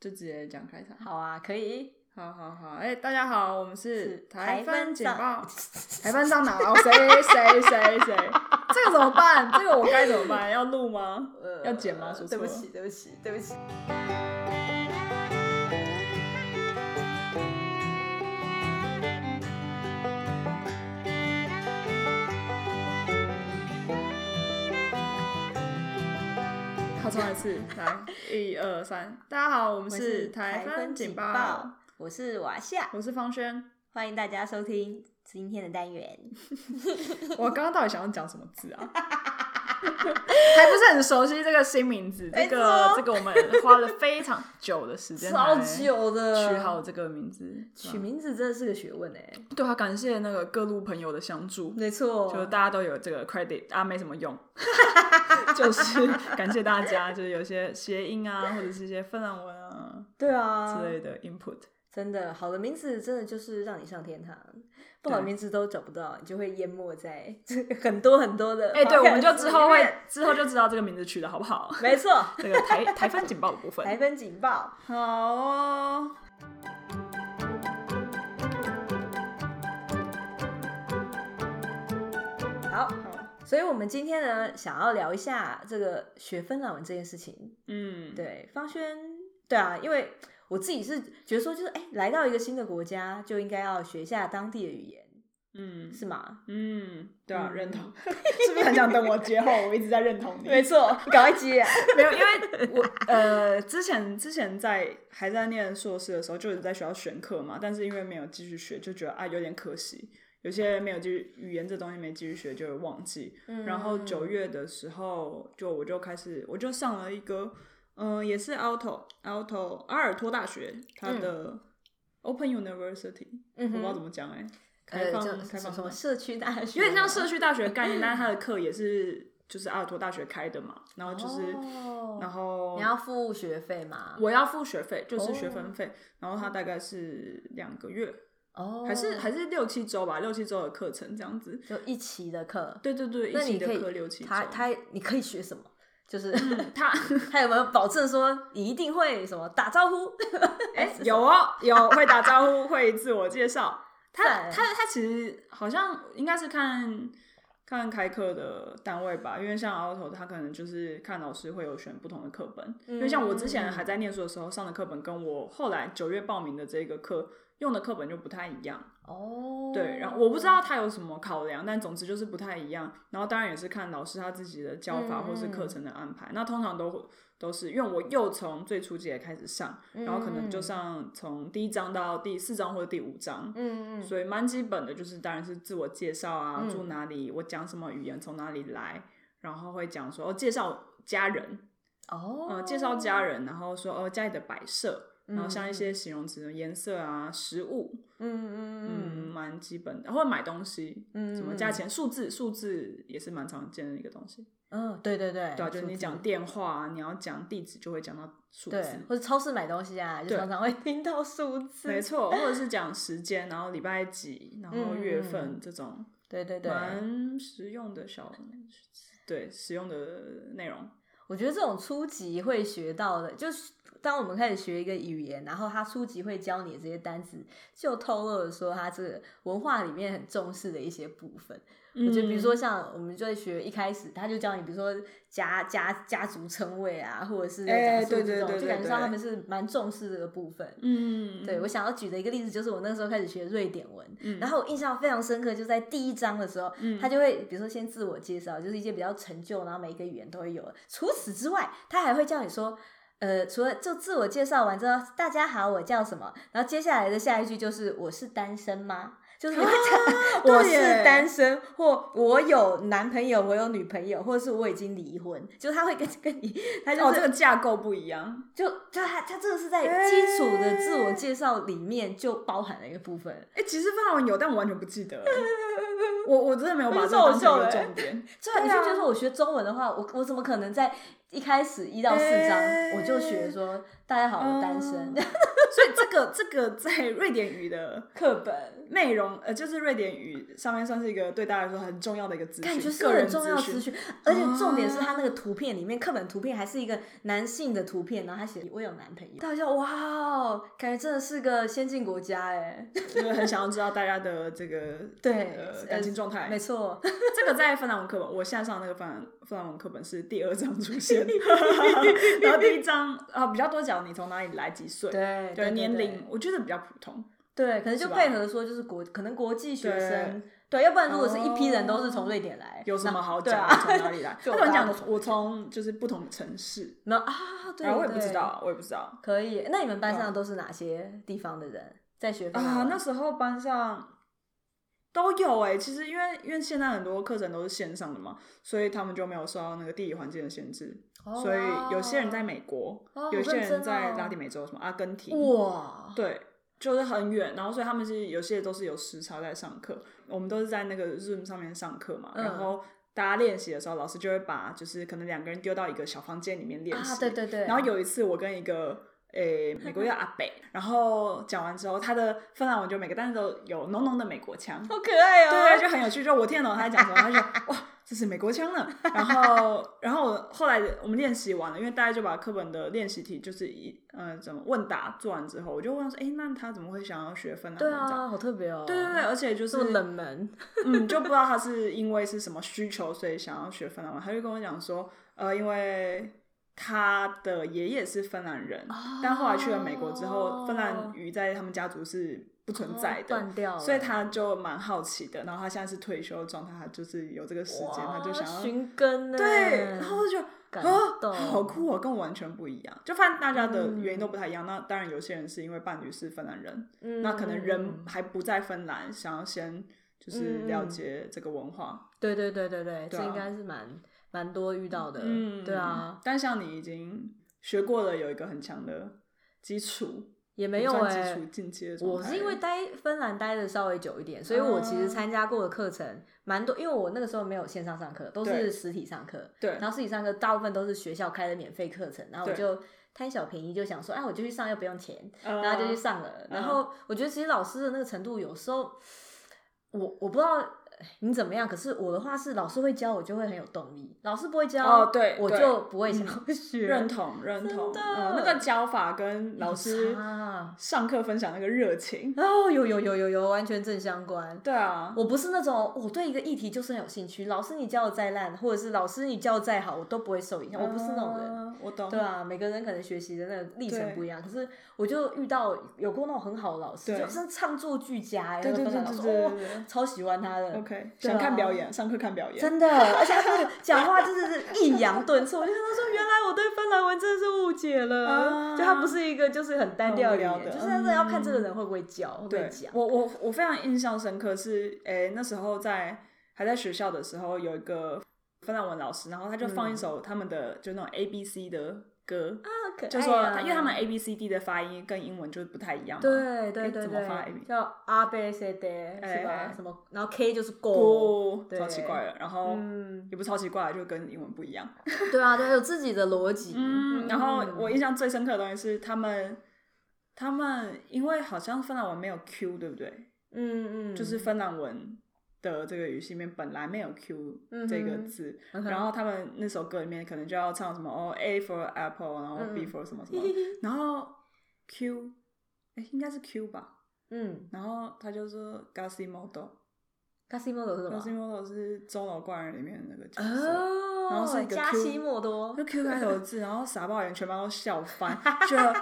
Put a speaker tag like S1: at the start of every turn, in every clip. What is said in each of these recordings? S1: 就直接讲开场。
S2: 好啊，可以。
S1: 好好好，哎、大家好，我们是
S2: 是台
S1: 湾
S2: 湾
S1: 警
S2: 藏
S1: 报，台湾到哪？哦谁谁谁谁？这个怎么办？这个我该怎么办？要录吗？要剪吗？说错
S2: 呃对不
S1: 了
S2: 起，对不起，对不起。
S1: 好，重来一次，来，一二三，大家好，我们
S2: 呃我
S1: 是
S2: 台
S1: 湾
S2: 警
S1: 报，，
S2: 我是瓦夏，
S1: 我是方轩。
S2: 欢迎大家收听今天的单元。
S1: 我刚刚到底想要讲什么字 啊？还不是很熟悉这个新名字，这
S2: 没错
S1: 个这个我们花了非常久的时间，
S2: 超久的
S1: 取好这个名字，
S2: 取名字真的是个学问哎、
S1: 对啊，感谢那个各路朋友的相助，
S2: 没错，
S1: 就大家都有这个 credit 啊，没什么 用，就是感谢大家，就是有些谐音啊，或者是一些芬兰文啊
S2: 对啊
S1: 之，类的 input。
S2: 真的好的名字真的就是让你上天堂，不好的
S1: 对
S2: 名字都找不到，你就会淹没在 很多很多的。
S1: 哎、对，我们就之后会之后就知道这个名字取的好不好，
S2: 没错，
S1: 这个台台风警报的部分。
S2: 台风警报。
S1: 好哦。
S2: 好，所以我们今天呢，想要聊一下这个学芬兰文这件事情。
S1: 嗯，
S2: 对，方轩，对啊，因为我自己是觉得说，就是哎、来到一个新的国家，就应该要学一下当地的语言，
S1: 嗯
S2: 是吗？
S1: 嗯，对啊，
S2: 嗯
S1: 认同， 是不是很想等我接后？我一直在认同你。
S2: 错， 赶快接、 啊。
S1: 没有，因为我呃，之前之前在还在念硕士的时候，就有在学校选课嘛，但是因为没有继续学，就觉得啊有点可惜。有些没有继续语言这东西没继续学，就会忘记。
S2: 嗯
S1: 然后九月的时候，就我就开始我就上了一个，嗯、也是 Alto Alto 阿尔托大学它的 Open University，、
S2: 嗯
S1: 我不知道
S2: 哼，
S1: 怎么讲哎、
S2: 呃，
S1: 开放、
S2: 叫
S1: 开
S2: 什
S1: 放
S2: 么呃
S1: 吗
S2: 社区大学，啊
S1: 有点像社区大学的概念，但是它的课也是就是阿尔托大学开的嘛，然后就是、
S2: 哦
S1: 然后
S2: 你要付学费吗？
S1: 我要付学费，就是学
S2: 哦
S1: 分费，然后它大概是两个月，
S2: 哦，
S1: 还是还是六七周吧，六七周的课程这样子。
S2: 就一期的课？
S1: 对对对，
S2: 那
S1: 一起
S2: 你
S1: 的
S2: 可以
S1: 课六七周。嗯
S2: 他他你可以学什么？就是、
S1: 他
S2: 他有没有保证说你一定会什么打 招呼？
S1: 哎、 有哦，有会打招呼，会自我介绍。他
S2: 赞
S1: 他他其实好像应该是看看开课的单位吧，因为像 auto 他可能就是看老师会有选不同的课本，因为像我之
S2: 嗯
S1: 前还在念书的时候上的课本，跟我后来九月报名的这个课用的课本就不太一样。
S2: 哦，
S1: 对，然后我不知道他有什么考量，但总之就是不太一样。然后当然也是看老师他自己的教法
S2: 嗯
S1: 或是课
S2: 嗯
S1: 程的安排。那通常都都是因为我又从最初级也开始上，然后可能就
S2: 嗯
S1: 上从第一章到第四章或者第五章，
S2: 嗯嗯
S1: 所以蛮基本的，就是当然是自我介绍啊，
S2: 嗯
S1: 住哪里，我讲什么语言，从哪里来，然后会讲说哦介绍家人，
S2: 哦，
S1: 呃介绍家人，然后说哦家里的摆设。然后像一
S2: 嗯
S1: 些形容词，颜色啊、食物，嗯，
S2: 嗯嗯嗯
S1: 蛮基本的，或者买东西，
S2: 嗯
S1: 什么
S2: 嗯
S1: 价钱、数字，数字也是蛮常见的一个东西。
S2: 嗯，对对对，
S1: 对啊，就是
S2: 数
S1: 你
S2: 字
S1: 讲电话，你要讲地址，就会讲到数
S2: 对
S1: 字，。
S2: 或者超市买东西啊，就
S1: 对
S2: 常常会 听到数字，
S1: 没错，或者是讲时间，然后礼拜几，然后
S2: 嗯
S1: 月
S2: 嗯
S1: 份
S2: 嗯
S1: 这种
S2: 对对对，
S1: 蛮实用的小，对实用的内容。
S2: 我觉得这种初级会学到的，就是当我们开始学一个语言，然后他初级会教你这些单词，就透露了说他这个文化里面很重视的一些部分。我觉得，比如
S1: 嗯
S2: 说像我们就会学一开始，他就教你，比如说家家家族称谓啊，或者是
S1: 哎
S2: 讲述
S1: 对对
S2: 这种，
S1: 对
S2: 就
S1: 对
S2: 感觉到
S1: 对
S2: 他们是蛮重视这个部分。
S1: 嗯，嗯，
S2: 对，我想要举的一个例子就是我那时候开始学瑞典文，
S1: 嗯
S2: 然后我印象非常深刻，就在第一章的时候，
S1: 嗯
S2: 他就会比如说先自我介绍，就是一些比较陈旧，然后每一个语言都会有的。除此之外，他还会叫你说。呃，除了就自我介绍完之后，大家好，我叫什么？然后接下来的下一句就是我是单身吗？就是你会讲、我
S1: 啊对
S2: 是
S1: 耶
S2: 单身，或我有男朋友，我有女朋友，或者是我已经离婚，就是他会跟跟你，他就是、
S1: 哦，这个架构不一样。
S2: 就就他他这个是在基础的自我介绍里面就包含了一个部分，
S1: 哎，其实芬兰文有，但我完全不记 得了。我我真的没有把这个
S2: 很
S1: 当成
S2: 好
S1: 一个
S2: 笑欸
S1: 重点。
S2: 所以你 就
S1: 对啊
S2: 觉得说我学中文的话，我我怎么可能在一开始一到四章
S1: 哎
S2: 我就学说大家好，我单身，
S1: 所以这个这个在瑞典语的
S2: 课本，
S1: 内容，呃，就是瑞典语上面算是一个对大家来说很重要的一个资
S2: 感
S1: 讯，
S2: 觉是
S1: 个人
S2: 很重要资
S1: 讯。
S2: 讯，哦而且重点是他那个图片里面，课本图片还是一个男性的图片，然后他写我有男朋友，大家就哇哦，感觉真的是个先进国家哎，
S1: 就是很想要知道大家的这个
S2: 对
S1: 呃
S2: 呃
S1: 感情状态
S2: 没。错，
S1: 这个在芬兰文课本，我现在上的那个芬兰芬兰文课本是第二章出 现，然后第一章啊比较多讲你从哪里来几岁，
S2: 对对
S1: 年
S2: 对
S1: 龄，我觉得比较普通。
S2: 对，可能就是
S1: 吧
S2: 配合说，就是国可能国际学
S1: 对哦
S2: 生，对，要不然如果是一批人都是从瑞典来，
S1: 有什
S2: 那
S1: 么好
S2: 对
S1: 讲？
S2: 啊
S1: 从哪里 来？他怎
S2: 就
S1: 么
S2: 大家
S1: 讲
S2: 都？从
S1: 我从就是不同的城市，
S2: 那啊，对，
S1: 然后我也不
S2: 对
S1: 知。道，我也不知道
S2: 可以，那你们班
S1: 对啊
S2: 上都是哪些地方的人在学芬兰
S1: 啊。
S2: 文？
S1: 那时候班上都有哎、其实因为因为现在很多课程都是线上的嘛，所以他们就没有受到那个地理环境的限制，
S2: 哦
S1: 所以有些人在美国，
S2: 哦好
S1: 有些
S2: 认真
S1: 人在
S2: 哦
S1: 拉丁美洲，什么阿根廷，
S2: 哇，
S1: 对，就是很远，然后所以他们是有些都是有时差在上课，我们都是在那个 Zoom 上面上课嘛，
S2: 嗯
S1: 然后大家练习的时候，老师就会把就是可能两个人丢到一个小房间里面练习，
S2: 啊，对对对，
S1: 然后有一次我跟一个。诶、美国一个阿北，然后讲完之后，他的芬兰文就每个单词都有浓浓的美国 腔，
S2: 好可爱哦，
S1: 对，啊就很有趣。就我听得懂他在讲什么，他就哇，这是美国腔呢。然后，然后我后来我们练习完了，因为大家就把课本的练习题就是一呃怎么问答做完之后，我就问他说，哎、那他怎么会想要学芬兰
S2: 对
S1: 文这样？
S2: 啊，好特别哦，
S1: 对对对，，而且就
S2: 这
S1: 是
S2: 么冷门，
S1: 嗯，就不知道他是因为是什么需求，所以想要学芬兰文。他就跟我讲说，呃，因为他的爷爷是芬兰人，但后来去了美国之后，芬兰语在他们家族是不存在的，
S2: 哦断掉了，
S1: 所以他就蛮好奇的。然后他现在是退休的状态，他就是有这个时间，
S2: 哇
S1: 他就想要
S2: 寻根呢，
S1: 对，然后我就觉得。
S2: 感
S1: 啊，
S2: 动
S1: 好酷哦，跟我完全不一样。就发现大家的原因都不太一样。那当然，有些人是因为伴侣是芬兰人，
S2: 嗯
S1: 那可能
S2: 嗯
S1: 人
S2: 嗯
S1: 还不在芬兰，想要先就是了解这个文化。
S2: 对对对对对，
S1: 对
S2: 这
S1: 啊
S2: 应该是蛮蛮多遇到的，对啊，，
S1: 嗯但像你已经学过了，有一个很强的基础，
S2: 也没有
S1: 不算
S2: 哎
S1: 基础，进阶的状
S2: 我
S1: 态
S2: 是因为待芬兰待的稍微久一点，所以我其
S1: 哦
S2: 实参加过的课程蛮多，因为我那个时候没有线上上课，都
S1: 对
S2: 是实体上课。
S1: 对
S2: 然后实体上课大部分都是学校开的免费课程，然后我
S1: 对
S2: 就贪小便宜，就想说，哎、我就去上又不用钱，
S1: 呃
S2: 然后就去上了。然后我觉得其实老师的那个程度，有时候我我不知道哎你怎么样，可是我的话是老师会教，我就会很有动力；老师不会教，
S1: 哦对
S2: 我
S1: 对
S2: 就不会想要学。
S1: 认 同认同，
S2: 真的
S1: 嗯，那个教法跟老师
S2: 啊，
S1: 上课分享那个热情，
S2: 哦，有有有有有，完全正相关。
S1: 对啊，
S2: 我不是那种我对一个议题就是很有兴趣，老师你教的再烂，或者是老师你教的再好，我都不会受影响。我不是那种人，
S1: 嗯，我懂，
S2: 对啊，每个人可能学习的那个历程
S1: 对
S2: 不一样。可是我就遇到有过那种很好的老师，
S1: 对
S2: 就是唱作俱佳、欸，
S1: 对
S2: 那个
S1: 对
S2: 芬
S1: 对
S2: 兰老
S1: 对
S2: 师，
S1: 对对
S2: 哦，
S1: 对
S2: 超喜欢他的。
S1: ，OK，
S2: 对
S1: 想看
S2: 啊
S1: 表演，上课看表演，
S2: 真的，而且他那个讲话就是是抑扬顿挫，我就跟他说，原来我对芬兰文真的是误解了，
S1: 啊
S2: 就他不是一个就是很单调
S1: 很无聊
S2: 语言
S1: 的嗯
S2: 就是真的要看这个人会不会教，会不会
S1: 对
S2: 讲，。
S1: 我我我非常印象深刻是，诶、那时候在还在学校的时候，有一个芬兰文老师，然后他就放一首他们的、就那种 A B C 的歌，
S2: 好可爱
S1: 就说
S2: 嗯啊
S1: 他因为他们 A B C D 的发音跟英文就是不太一样嘛，
S2: 对对
S1: 诶
S2: 对
S1: 怎么发
S2: 对
S1: AB，
S2: 叫阿贝 C D
S1: 哎
S2: 是吧
S1: 哎？
S2: 什么？然后 K 就是 Go，
S1: 哦，
S2: 对
S1: 超奇怪了，然后。
S2: 嗯，
S1: 也不是超奇怪，啊就跟英文不一样。
S2: 对啊，对啊，有自己的逻辑。
S1: 嗯，然后我印象最深刻的东西是他们，他们因为好像芬兰文没有 Q，对不对？
S2: 嗯嗯，
S1: 就是芬兰文的这个语系里面本来没有 Q
S2: 嗯哼
S1: 这个字，
S2: 嗯哼
S1: 然后他们那首歌里面可能就要唱什么哦 A for apple，然后
S2: 嗯
S1: B for 什么什么，然后 Q，哎、应该是 Q 吧，
S2: 嗯
S1: 然后他就说 Gasimodo，Gasimodo
S2: ，Casimodo 是什么？
S1: 是钟楼怪人里面的那个角色。
S2: 哦，
S1: 然后是一个
S2: 加
S1: Q-
S2: 西莫多
S1: 就，Q 开头的字，然后傻爆眼，全班都笑翻，觉得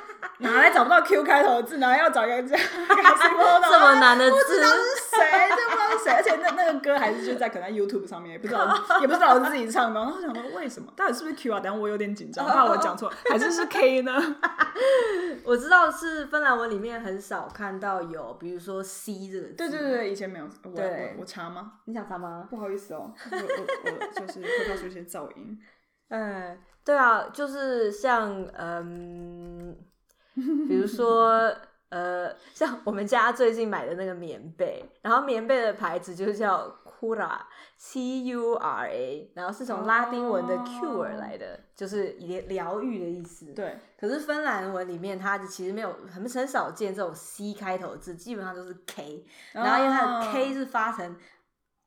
S1: 哪来找不到 Q 开头的字，哪来要找一个这样 Gasimodo
S2: 这么难的字，
S1: 谁都不知道是谁，而且那那个歌还是就在可能在 YouTube 上面，也不知道也不知道是自己唱的。然后想说为什么？到底是不是 Q 啊？等下我有点紧张，怕我讲错，还是是 K 呢？
S2: 我知道是芬兰文里面很少看到有，比如说 C 这个字。
S1: 对对，对，以前没有，我我
S2: 对
S1: 我查吗？
S2: 你想查吗？
S1: 不好意思哦，我我我就是会发出一些噪音。
S2: 嗯，对啊，就是像嗯，比如说呃，像我们家最近买的那个棉被，然后棉被的牌子就叫 cura c u r a，然后是从拉丁文的 cure 来的，就是疗疗愈的意思。
S1: 对，
S2: 可是芬兰文里面它其实没有很很少见这种 c 开头的字，基本上都是 k，然后因为它的 k
S1: 哦
S2: 是发成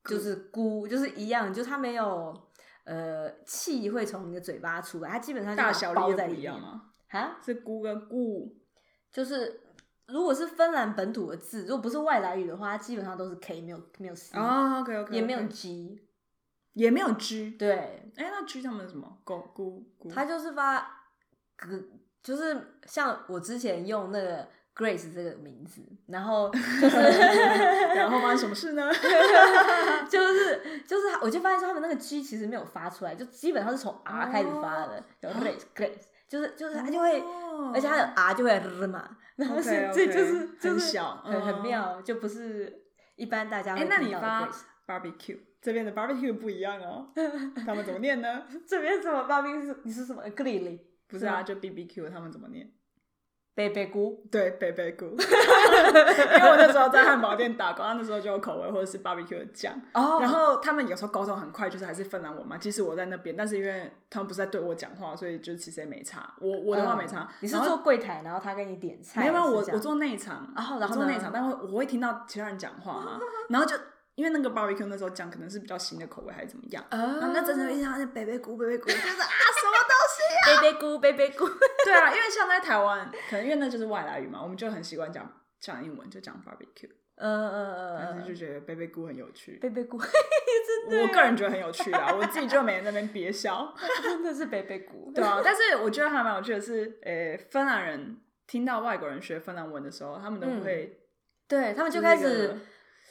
S2: 就是咕，就是一样，就是它没有呃气会从你的嘴巴出来，它基本上就
S1: 大
S2: 把
S1: 小
S2: 包
S1: 力也
S2: 在
S1: 不
S2: 里
S1: 一样
S2: 面
S1: 吗？
S2: 啊。
S1: 是菇跟固
S2: 就是如果是芬兰本土的字，如果不是外来语的话，它基本上都是 K，没有没有 C，、
S1: 啊，OK OK，
S2: 也没有 G。
S1: 也没有 G，
S2: 对，
S1: 哎，那 G 他们是什么？狗菇菇，
S2: 它就是发格，就是像我之前用那个 Grace 这个名字，然后就是
S1: 然后发生什么事呢？
S2: 就是就是它，我就发现说他们那个 G 其实没有发出来，就基本上是从 R 开始发的，有 Grace Grace，就是就是它就会。
S1: 哦
S2: 而且它的 R 就会 R 嘛，然后是
S1: OK，OK，
S2: 这就是就是
S1: 很小
S2: 很很
S1: 嗯
S2: 妙，就不是一般大家会
S1: 哎，那
S2: 听
S1: 你
S2: 到的
S1: 发
S2: Grace
S1: barbecue 这边的 barbecue 不一样 哦，他们怎么念呢？
S2: 这边怎么发明是你是什么 g l i l
S1: 不是啊，就 BBQ 他们怎么念？
S2: 贝贝菇，
S1: 对，贝贝 菇。因为我那时候在汉堡店打工，那时候就有口味或者是 barbecue 的酱。
S2: 哦
S1: 然后他们有时候沟通很快，就是还是芬兰文嘛。即使我在那边，但是因为他们不是在对我讲话，所以就其实也没差。我我的话没差。
S2: 嗯你是
S1: 然后
S2: 做柜台，然后他给你点菜，
S1: 没有没有，
S2: 是
S1: 我
S2: 这样
S1: 我做内场，
S2: 然后然后
S1: 我做
S2: 呢
S1: 内场，但会我会听到其他人讲话 嘛，然后就因为那个 barbecue 那时候讲可能是比较新的口味还是怎么样，
S2: 啊
S1: 然后那真的一下那北北菇北北菇，就是啊什么东西？
S2: 贝贝菇贝贝菇，
S1: 对啊，因为像在台湾，可能因为那就是外来语嘛，我们就很习惯讲讲英文，就讲 barbecue，
S2: 嗯嗯嗯
S1: 但是
S2: 嗯
S1: 就觉得北北菇很有趣。
S2: 贝贝 菇，
S1: 我个人觉得很有趣啊，我自己就没在那边憋笑。
S2: 真的是贝贝菇，
S1: 对啊，但是我觉得还蛮有趣的是，呃，芬兰人听到外国人学芬兰文的时候，他们都
S2: 嗯
S1: 会、
S2: 对他们就
S1: 就
S2: 开
S1: 是一个
S2: 始。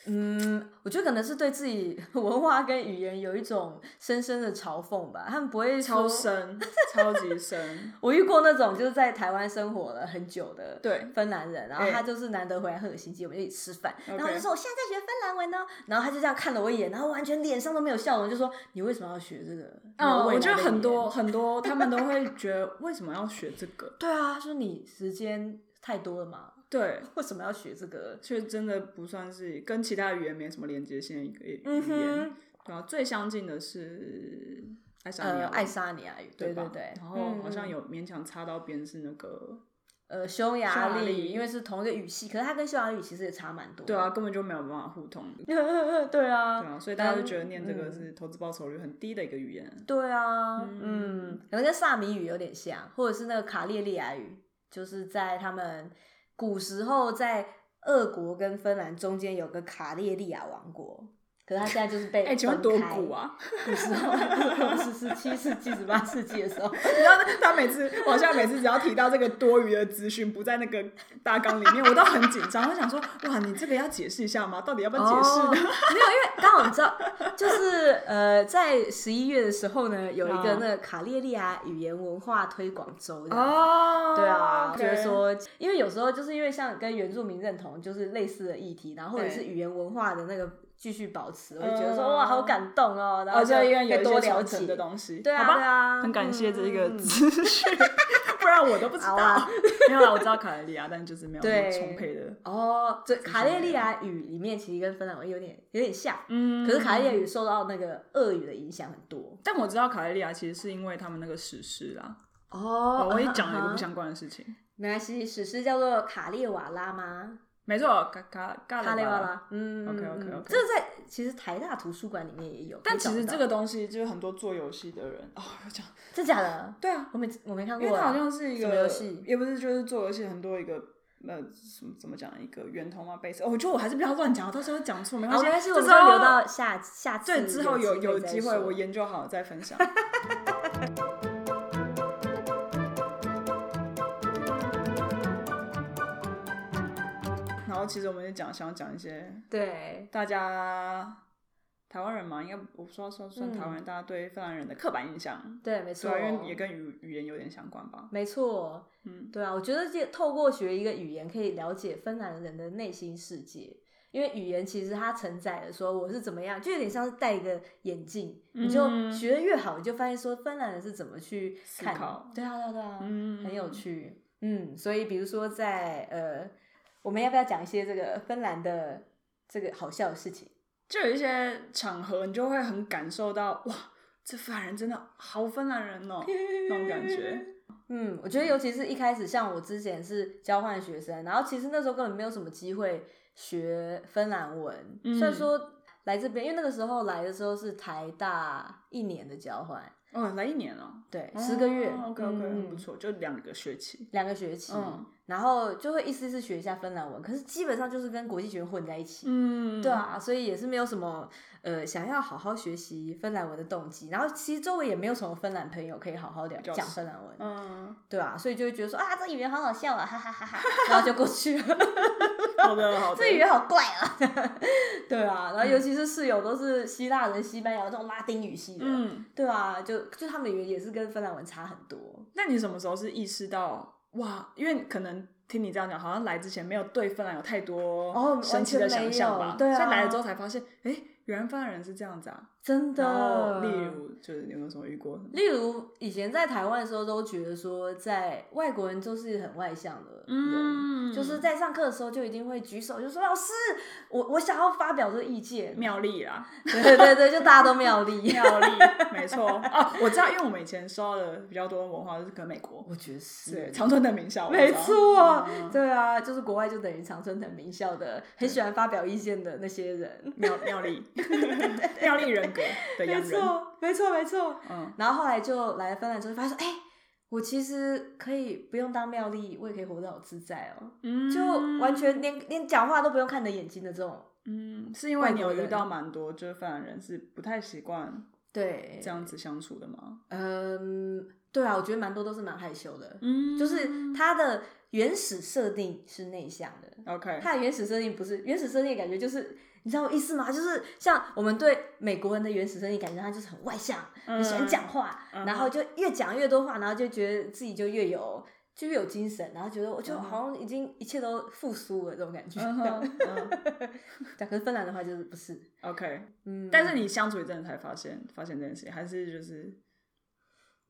S2: 嗯，我觉得可能是对自己 文化跟语言有一种深深的嘲讽吧。他们不会
S1: 超
S2: 说，
S1: 深，超级深。
S2: 我遇过那种就是在台湾生活了很久的
S1: 对
S2: 芬兰人，然后
S1: 哎
S2: 他就是难得回来赫尔辛基，我们就一起吃饭，
S1: OK
S2: 然后我就说我现在在学芬兰文呢，然后他就这样看了我一眼，然后完全脸上都没有笑容，就说你为什么要学这个？
S1: 嗯，我
S2: 你有未来的
S1: 觉得很
S2: 语
S1: 多
S2: 言，
S1: 很多，他们都会觉得为什么要学这个？
S2: 对啊，他说你时间太多了嘛，
S1: 对，
S2: 为什么要学这个？
S1: 却真的不算是跟其他语言没什么连接性的一个语
S2: 嗯
S1: 言。
S2: 哼，
S1: 对啊，最相近的是爱沙尼亚
S2: 呃，
S1: 文，
S2: 爱沙尼亚语，对
S1: 吧
S2: 对对，
S1: 然后好像
S2: 嗯。嗯
S1: 有勉强插到边是那个，
S2: 呃，匈
S1: 匈
S2: 牙
S1: 牙
S2: 利，
S1: 利
S2: 因为是同一个语系，可是它跟匈牙利语其实也差蛮多。
S1: 对啊，，根本就没有办法互通。
S2: 对啊，
S1: 对啊， 所以大家就
S2: 但
S1: 觉得念这个
S2: 嗯
S1: 是投资报酬率很低的一个语言。
S2: 对啊，
S1: 嗯
S2: 嗯，可能跟萨米语有点像，或者是那个卡列利亚语，就是在他们古时候在俄国跟芬兰中间有个卡列利亚王国，可是它现在就是被
S1: 哎，请问
S2: 分
S1: 多
S2: 开
S1: 古？啊？
S2: 古时候 是十七世纪、十八世纪的时候，
S1: 你知道他每次，我好像每次只要提到这个多余的资讯不在那个大纲里面，我都很紧张。我想说，哇，你这个要解释一下吗？到底要不要解
S2: 哦没有，
S1: 释
S2: 因
S1: 呢？
S2: 为刚好你知道，就是呃，在十一月的时候呢，有一个
S1: 嗯
S2: 那个卡列利亚语言文化推广周这样子
S1: 哦
S2: 对啊，就是，说，因为有时候就是因为像跟原住民认同就是类似的议题，然后或者
S1: 对
S2: 是语言文化的那个继续保持，我就觉得说
S1: 嗯
S2: 哇，好感动哦，然后
S1: 哦，就因为
S2: 可
S1: 有
S2: 以
S1: 一
S2: 多
S1: 些
S2: 了
S1: 传
S2: 解
S1: 承的东西，
S2: 对啊
S1: 好吧
S2: 对啊
S1: 很感谢这个
S2: 嗯嗯嗯
S1: 资讯， 不然我都不知
S2: 好啊
S1: 道。 没有啦，我知道卡雷利亚，但就是没有那么
S2: 对
S1: 充沛的，
S2: 哦，这
S1: 是
S2: 卡列利亚语里面其实跟芬兰文有点有点像，
S1: 嗯
S2: 可是卡列利亚语受到那个俄语的影响很多。
S1: 但我知道卡雷利亚其实是因为他们那个史诗啦，
S2: 哦啊
S1: 哦我也讲了一个不
S2: 像，
S1: 相关的事情。
S2: 没关系，史诗叫做卡列瓦拉吗？
S1: 没错，卡卡卡
S2: 卡列
S1: 雷
S2: 瓦
S1: 瓦
S2: 拉，嗯
S1: OK，OK，OK
S2: 嗯这个在其实台大图书馆里面也有，
S1: 但
S2: 可以
S1: 其
S2: 找
S1: 实这
S2: 得到
S1: 个东西就是很多做游戏的人哦，我讲
S2: 真假的，
S1: 对啊，
S2: 我没我没看过
S1: 因
S2: 啊，
S1: 为它好像是一
S2: 什
S1: 个
S2: 么游戏
S1: 也不是就是做游戏很多一个呃什么怎么讲一个源头嘛 base。哦，我觉得我还是不要乱讲，我到时候讲错没关
S2: 好，
S1: 系，
S2: 没关系，我
S1: 这
S2: 们
S1: 之
S2: 就
S1: 后
S2: 留到下下次
S1: 对之后有有机
S2: 再
S1: 会
S2: 说
S1: 我研究好了再分享。 然后其实我们就讲想讲一些
S2: 对
S1: 大家台湾人嘛，应该我说算算台湾人，大家对芬兰人的刻板印象，
S2: 嗯对，没
S1: 对
S2: 错
S1: 啊，，因为也跟语语言有点相关吧。
S2: 没错，
S1: 嗯，
S2: 对啊，我觉得这透过学一个语言，可以了解芬兰人的内心世界。因为语言其实它承载了说我是怎么样，就有点像是戴一个眼镜，你就
S1: 嗯
S2: 学的越好，你就发现说芬兰人是怎么去
S1: 思
S2: 看
S1: 考，
S2: 对啊，对啊，对啊，
S1: 嗯
S2: 很有趣，嗯，所以比如说在呃，我们要不要讲一些这个芬兰的这个好笑的事情？
S1: 就有一些场合，你就会很感受到，哇，这芬兰人真的好芬兰人哦，那种感觉。
S2: 嗯，我觉得尤其是一开始，像我之前是交换学生，然后其实那时候根本没有什么机会学芬兰文。
S1: 嗯
S2: 虽然说来这边，因为那个时候来的时候是台大一年的交换，
S1: 哦，来一年了、
S2: 对，
S1: 哦，
S2: 十个月、
S1: OK OK，、
S2: 嗯
S1: 很不错，就两个学期。
S2: 两个学期，
S1: 嗯
S2: 然后就会一丝一丝学一下芬兰文，可是基本上就是跟国际学生混在一起。
S1: 嗯，
S2: 对，啊，所以也是没有什么呃想要好好学习芬兰文的动机，然后其实周围也没有什么芬兰朋友可以好好聊
S1: 较
S2: 讲
S1: 少
S2: 芬兰文，
S1: 嗯，
S2: 对啊，所以就会觉得说啊这语言好好笑啊，哈哈哈哈， 然后就过去了。
S1: 好的好的。
S2: 这语言好怪啊！ 对啊，然后尤其是室友都是希腊人、西班牙这种拉丁语系的，
S1: 嗯，
S2: 对啊，就就他们的语言也是跟芬兰文差很多。
S1: 那你什么时候是意识到哇？因为可能听你这样讲，好像来之前没有对芬兰有太
S2: 哦
S1: 多神奇的
S2: 完全没
S1: 想象吧？
S2: 有对啊
S1: 所以来了之后才发现，哎，原来芬兰人是这样子啊。
S2: 真
S1: 然后，
S2: 的，
S1: 例如就是你有没有什么遇过？
S2: 例如以前在台湾的时候，都觉得说在外国人就是很外向的人。嗯就是在上课的时候就一定会举手，就说老师，我我想要发表这个意见。
S1: 妙丽啦，
S2: 对对对，就大家都 妙力。
S1: 妙丽，没错哦，我知道，因为我们以前收到的比较多的文化就是可能美国，
S2: 我觉得是
S1: 对，常春藤名校，我知道
S2: 嗯 没错，
S1: 嗯
S2: 对啊，就是国外就等于常春藤名校的，很喜欢发表意见的那 些人。
S1: 妙妙 丽，妙丽人格的洋人，，
S2: 没错，没错。
S1: 嗯，
S2: 然后后来就来芬兰之后，发现哎、我其实可以不用当妙丽，我也可以活得好自在哦，
S1: 嗯
S2: 就完，全连连讲话都不用看你的眼睛的这种。
S1: 嗯，是因为你有遇到蛮多就是芬兰人是不太习惯
S2: 对
S1: 这，样子相处的吗？
S2: 嗯，对啊，我觉得蛮多都是蛮害羞的，
S1: 嗯
S2: 就是他的原始设定是内向的，
S1: OK，
S2: 它的原始设定不是原始设定，感觉就是你知道我意思吗？就是像我们对美国人的原始设定，感觉他就是很外向，
S1: 嗯
S2: 很喜欢讲话，
S1: 嗯
S2: 然后就越讲越多话，然后就觉得自己就越有就越有精神，然后觉得我就
S1: 嗯哼
S2: 好像已经一切都复苏了这种感觉。
S1: 嗯哼嗯
S2: 但可是芬兰的话就是不是，
S1: ，OK，
S2: 嗯，
S1: 但是你相处一阵子才发现发现这件事情，还是就是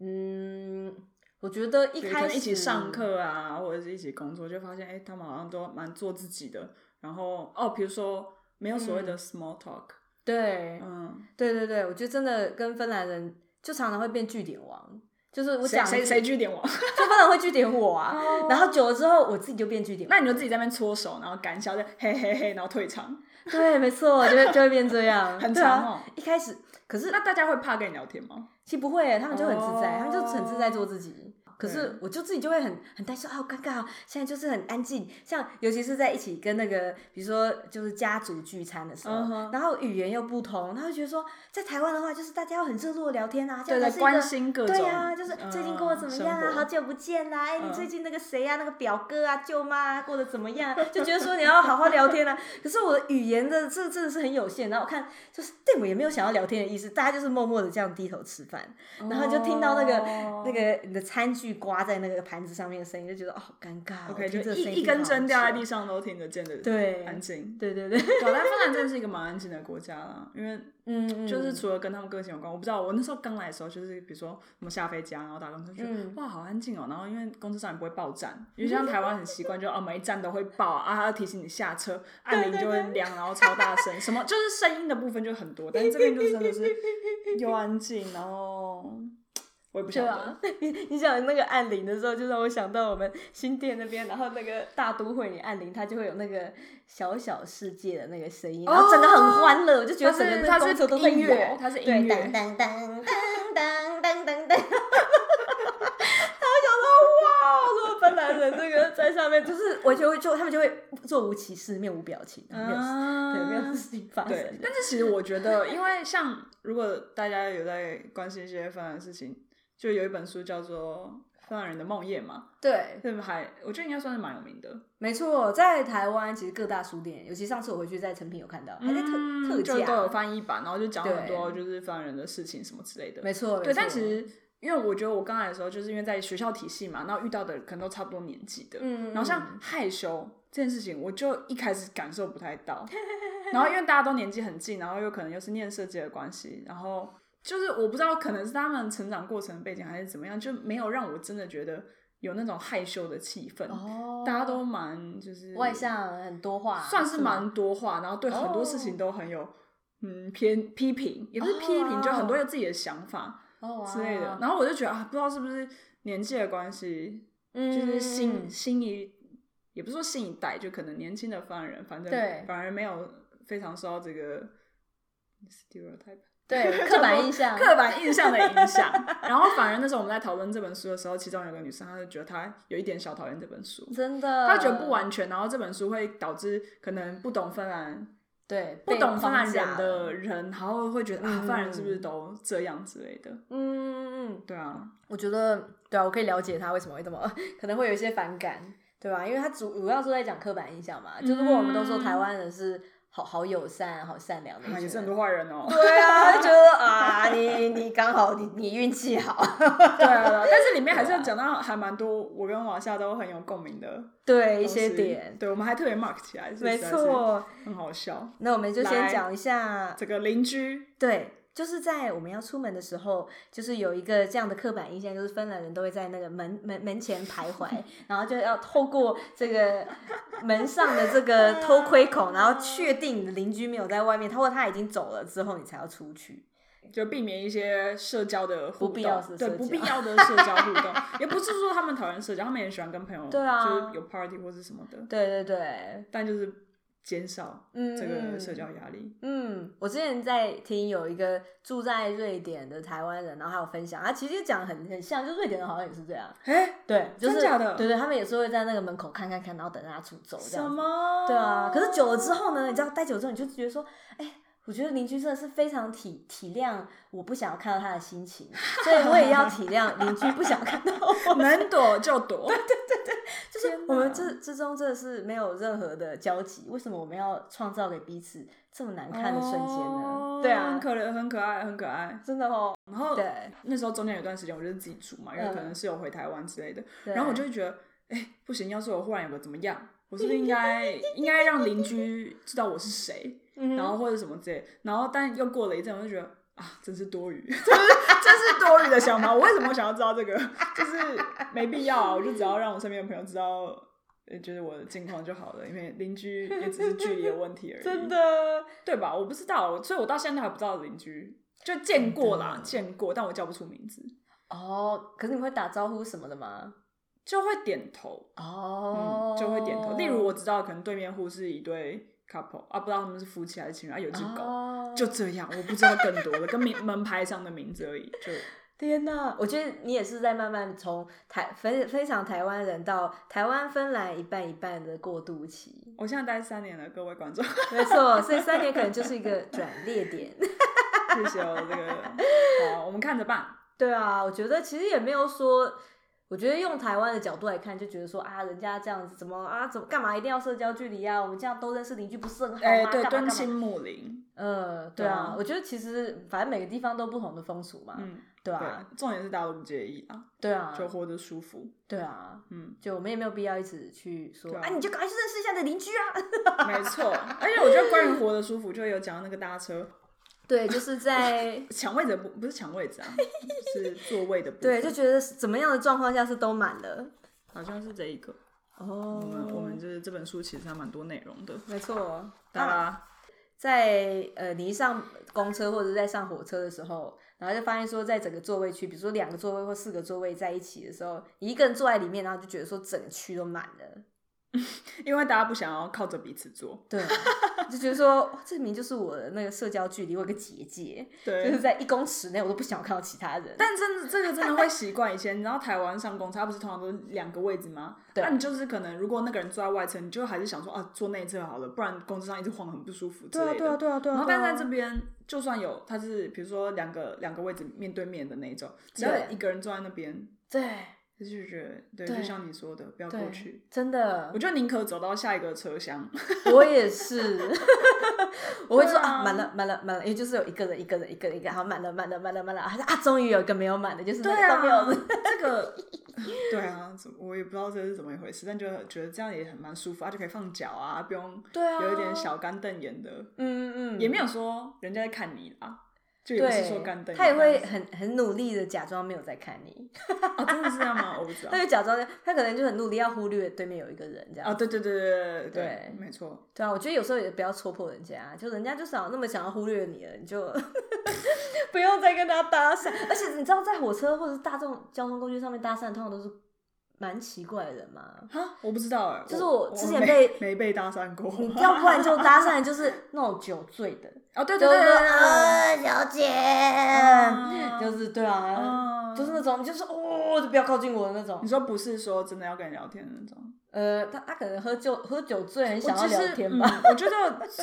S2: 嗯，我觉得一
S1: 对
S2: 开
S1: 可
S2: 始
S1: 能一起上。课啊，或者是一起工作，就发现哎、诶他们好像都蛮做自己的。然后哦，比如说没有所谓
S2: 嗯
S1: 的 small talk，
S2: 对，
S1: 嗯，
S2: 对对对，我觉得真的跟芬兰人就常常会变据点王，就是我
S1: 谁
S2: 讲
S1: 谁谁据点我，
S2: 就芬兰会据点我啊，
S1: 哦
S2: 然后久了之后我自己就变据点王。
S1: 那你就自己在那边搓手，然后干笑，就嘿嘿嘿，然后退场。
S2: 对，没错， 就会就会变这样，
S1: 很
S2: 对
S1: 长
S2: 啊
S1: 哦。
S2: 一开始，可是
S1: 那大家会怕跟你聊天吗？
S2: 其实不会耶，他们就很自在，他们就很自在
S1: 哦
S2: 做自己。可
S1: 对
S2: 是我就自己就会很很担心啊，好尴尬哦！现在就是很安静，像尤其是在一起跟那个，比如说就是家族聚餐的时候
S1: 嗯哼
S2: 然后语言又不同，他会觉得说，在台湾的话就是大家要很热络地聊天啊，这
S1: 对
S2: 样才
S1: 对，
S2: 是一
S1: 关
S2: 个
S1: 心各种。
S2: 对啊，就是最近过得怎么样啊？
S1: 嗯
S2: 好久不见啦！哎，
S1: 嗯
S2: 你最近那个谁呀、那个表哥啊、舅妈啊，过得怎么样啊？就觉得说你要好好聊天啊。 可是我的语言的这真的是很有限，然后我看就是对我也没有想要聊天的意思，大家就是默默的这样低头吃饭，
S1: 生活
S2: 然后就听到那个、
S1: 哦
S2: 那个你的餐具刮在那个盘子上面的声音，就觉得哦好尴尬哦。
S1: OK，就
S2: 听这个声音
S1: 一一根针掉在地
S2: 上。
S1: 上都听得见的，，
S2: 啊对，
S1: 安静。
S2: 对对对，
S1: 对啊，但芬兰真的是一个蛮安静的国家 啦，因为
S2: 嗯，嗯
S1: 就是除了跟他们个性有关，我不知道。我那时候刚来的时候，就是比如说我们下飞机啊，然后打公车，就觉得、
S2: 嗯
S1: 哇好安静哦。然后因为公车上也不会报站，因为像台湾很习惯，就哦每一站都会报啊，他要提醒你下车，按铃就会亮，然后超大声，什么就是声音的部分就很多，但是这边就真的是又安静，然后我也不晓
S2: 对
S1: 得。
S2: 啊，你你讲那个按铃的时候，就让我想到我们新店那边，然后那个大都会，你按铃，它就会有那个小小世界的那个声音，
S1: 哦
S2: 然后整个很欢乐，我就觉得整个那
S1: 它
S2: 个
S1: 是
S2: 公车都在
S1: 音乐
S2: 摇
S1: 它是音
S2: 对
S1: 乐
S2: 当当当当当当当当。然后我想说，哇，说芬兰人这个在上面，就是完全会就他们就会若无其事，面无表情，
S1: 嗯
S2: 然后没有事，对，没有事情发生
S1: 对，。但是其实我觉得，因为像如果大家有在关心一些芬兰的事情，就有一本书叫做《芬兰人的梦魇》嘛，
S2: 对，
S1: 对还我觉得应该算是蛮有名的，
S2: 没错，在台湾其实各大书店，尤其上次我回去在成品有看到，还在特、嗯特
S1: 嗯就都有
S2: 价。
S1: 翻译版，然后就讲很
S2: 对
S1: 多就是芬兰人的事情什么之类的。
S2: 没错，
S1: 对，
S2: 没错
S1: 但其实因为我觉得我刚来的时候，就是因为在学校体系嘛，然后遇到的可能都差不多年纪的，
S2: 嗯
S1: 然后像害羞这件事情，我就一开始感受不太到， 然后因为大家都年纪很近，然后又可能又是念设计的关系，然后就是我不知道可能是他们成长过程背景还是怎么样，就没有让我真的觉得有那种害羞的气氛，
S2: 哦，
S1: 大家都蛮就是
S2: 外向，很多话，啊
S1: 算是
S2: 吗
S1: 蛮多话，然后对很多
S2: 哦
S1: 事情都很有嗯偏批评，也不是批评，
S2: 哦
S1: 就很多有自己的想法
S2: 哦
S1: 之类的。，然后我就觉得啊，不知道是不是年纪的关系，
S2: 就
S1: 就是
S2: 嗯
S1: 新新一，也不是说新一代，就可能年轻的犯人，反正
S2: 对
S1: 反而没有非常受到这个 stereotype
S2: 对刻板印象，
S1: 刻板印象的影响。然后反而那时候我们在讨论这本书的时候，其中有个女生，她就觉得她有一点小讨厌这本书，
S2: 真的，
S1: 她觉得不完全，然后这本书会导致可能不懂芬兰、
S2: 对，
S1: 不
S2: 被
S1: 懂芬兰
S2: 框架
S1: 人的人，然后会觉得啊，
S2: 嗯
S1: 芬兰人是不是都这样之类的？
S2: 嗯嗯嗯，
S1: 对啊，
S2: 我觉得对啊，我可以了解他为什么会这么可能会有一些反感，对吧？因为他主主要是在讲刻板印象嘛，就如果我们都说台湾人是好好友善、好善良的
S1: 嗯
S2: 一
S1: 啊
S2: 群
S1: 也是很
S2: 人。
S1: 多坏人哦。
S2: 对啊，就觉得啊，你你刚好你你运气 好，
S1: 对啊，但是里面还是要讲到还蛮多，我跟瓦夏都很有共鸣的
S2: 对啊一
S1: 东西
S2: 些点，
S1: 对，我们还特别 mark 起来，所以
S2: 没
S1: 实在是啊
S2: 错。
S1: 很好笑。
S2: 那我们就
S1: 来
S2: 先讲一下
S1: 这个邻居，
S2: 对，就是在我们要出门的时候，就是有一个这样的刻板印象，就是芬兰人都会在那个门门门前徘 徊，然后就要透过这个门上的这个偷窥孔，然后确定你的邻居没有在外面，或者他已经走了之后，你才要出去。
S1: 就避免一些社交的互动，
S2: 不必要的
S1: 对
S2: 社交
S1: 不必要的社交互 动，也不是说他们讨厌社交，他们也喜欢跟朋友，
S2: 对啊
S1: 就是有 party 或是什么的，
S2: 对对对，
S1: 但就是减少
S2: 嗯，
S1: 这个
S2: 嗯
S1: 社交压力。
S2: 嗯，我之前在听有一个住在瑞典的台湾人，然后还有分享，他其实讲得很很像，就瑞典人好像也是这样，
S1: 哎、
S2: 嗯对，就是
S1: 真假的
S2: 对对，他们也是会在那个门口看看看，然后等大家出走啊这样
S1: 什
S2: 子。
S1: 么？
S2: 对啊，可是久了之后呢，你知道待久了之后，你就觉得说，哎、我觉得邻居真的是非常体体谅，我不想要看到他的心情，所以我也要体 谅邻居不想看到我们。
S1: 能躲就躲，
S2: 就是
S1: 天哪
S2: 我们这之中真的是没有任何的交集，为什么我们要创造给彼此这么难看的瞬间呢？
S1: 哦
S2: 对
S1: 很
S2: 啊，
S1: 可怜，很可爱，很可爱。
S2: 真的哦，
S1: 然后
S2: 对
S1: 那时候中间有一段时间，我就是自己住嘛，因为
S2: 嗯
S1: 可能是有回台湾之类的，
S2: 对
S1: 然后我就会觉得，哎、不行，要是我忽然有个怎么样，我是不是应 该应该让邻居知道我是谁，
S2: 嗯
S1: 然后或者什么之类，然后但又过了一阵，我就觉得。啊，真是多余， 真是真是多余的想法。我为什么想要知道这个？就是没必要、啊，我就只要让我身边的朋友知道，呃，就是我的近况就好了。因为邻居也只是距离的问题而已，
S2: 真的
S1: 对吧？我不知道，所以我到现在还不知道邻居，就见过啦，见过，但我叫不出名字，
S2: 哦，可是你会打招呼什么的吗？
S1: 就会点头，
S2: 哦
S1: 嗯，，就会点头。例如我知道，可能对面户是一对 couple 啊，不知道他们是夫妻还是情侣啊，有一只狗，
S2: 哦
S1: 就这样，我不知道更多的，跟名门牌上的名字而已。就，
S2: 天呐，我觉得你也是在慢慢从台非非常台湾人到台湾芬兰一半一半的过渡期
S1: 我现在待三年了，各位观众，
S2: 没错，所以三年可能就是一个转捩点。
S1: 谢谢我这个，好，我们看着办。
S2: 对啊，我觉得其实也没有说，我觉得用台湾的角度来看，就觉得说啊，人家这样子怎么啊，怎么干嘛一定要社交距离啊？我们这样都认识邻居不是很好吗？
S1: 哎、
S2: 干
S1: 对，
S2: 嘛
S1: 敦
S2: 干嘛
S1: 亲睦邻，
S2: 呃，
S1: 对
S2: 对啊，
S1: 啊
S2: 我觉得其实反正每个地方都不同的风俗嘛，
S1: 嗯，
S2: 对
S1: 对
S2: 啊，，
S1: 重点是大家都不介意啊，
S2: 对啊，
S1: 就活得舒服，
S2: 对啊，
S1: 嗯。
S2: 就我们也没有必要一直去说
S1: 对
S2: 啊
S1: 啊
S2: 你就赶快去认识一下你的邻居啊。
S1: 没错，而且我觉得关于活得舒服，就有讲到那个搭车
S2: 对，就是在
S1: 抢位置的不不是抢位置啊，是座位的部分。
S2: 对，就觉得是怎么样的状况下是都满了。
S1: 好像是这一个。
S2: 哦啊
S1: 我们我们就是这本书其实还蛮多内容的。
S2: 没错，
S1: 当
S2: 啊
S1: 然，
S2: 在呃你一上公车或者是在上火车的时候，然后就发现说，在整个座位区，比如说两个座位或四个座位在一起的时候，你一个人坐在里面，然后就觉得说整个区都满了。
S1: 因为大家不想要靠着彼此坐，
S2: 对，就觉得说哇，这明明就是我的那个社交距离，我有个结界，就是
S1: 对。
S2: 在一公尺内，我都不想看到其他人。
S1: 但真的这个真的会习惯。以前你知道台湾上公车，它不是通常都是两个位置吗？
S2: 对
S1: 那你就是可能如果那个人坐在外侧，你就还是想说啊坐内侧好了，不然公车上一直晃很不舒服之类的。
S2: 对啊，对
S1: 然后，但
S2: 但
S1: 是
S2: 是
S1: 在
S2: 在
S1: 这
S2: 这
S1: 边，就算有他是比如说两个两个位置面对面的那一种，只要
S2: 对
S1: 有一个人坐在那边，
S2: 对
S1: 就是觉得，对，
S2: 对
S1: 就像你说的，不要过
S2: 对
S1: 去。，
S2: 真的
S1: 我，就宁可走到下一个车厢，
S2: 我也是， 我会说
S1: 对啊
S2: 啊，满了满了满了，也就是有一个人一个人一个人一个人，好满了满了满了满了，啊啊，终于有一个没有满的，就是那 个都没
S1: 啊
S2: 有人。
S1: 这个，对啊，怎么我也不知道这是怎么一回事，但就觉得这样也很蛮舒服啊，就可以放脚啊，不用
S2: 对啊
S1: 有一点小干瞪眼的，
S2: 嗯嗯嗯，
S1: 也没有说人家在看你啦，就也不是说干瞪
S2: 对，
S1: 眼，
S2: 他也会
S1: 但
S2: 很很努力的假装没有在看你，
S1: 是哦，真的是这样吗？我不 知道
S2: 他。就假装他可能就很努力要忽略对面有一个人这样。
S1: 啊，对对对对对
S2: 对
S1: 没错，
S2: 对啊，我觉得有时候也不要戳破人家，啊就人家就想那么想要忽略你了，你就 不用再跟他搭讪。而且你知道，在火车或者是大众交通工具上面搭讪，通常都是蛮奇怪的人 嘛。
S1: 哈，我不知道哎、
S2: 就是
S1: 我
S2: 我之前
S1: 没
S2: 被
S1: 没被搭讪过，
S2: 你要不然就搭讪就是那种酒醉的，
S1: 哦，对
S2: 就
S1: 对
S2: 是
S1: 对
S2: 说
S1: 对对
S2: 呃小姐，
S1: 啊
S2: 嗯就是对啊，
S1: 嗯
S2: 就是那种就是哦，就不要靠近我的那种
S1: 你。说不是说真的要跟你聊天的那种，
S2: 呃，他他可能喝酒喝酒醉，很
S1: 我
S2: 想要
S1: 就是
S2: 聊天吧。
S1: 嗯、我觉得这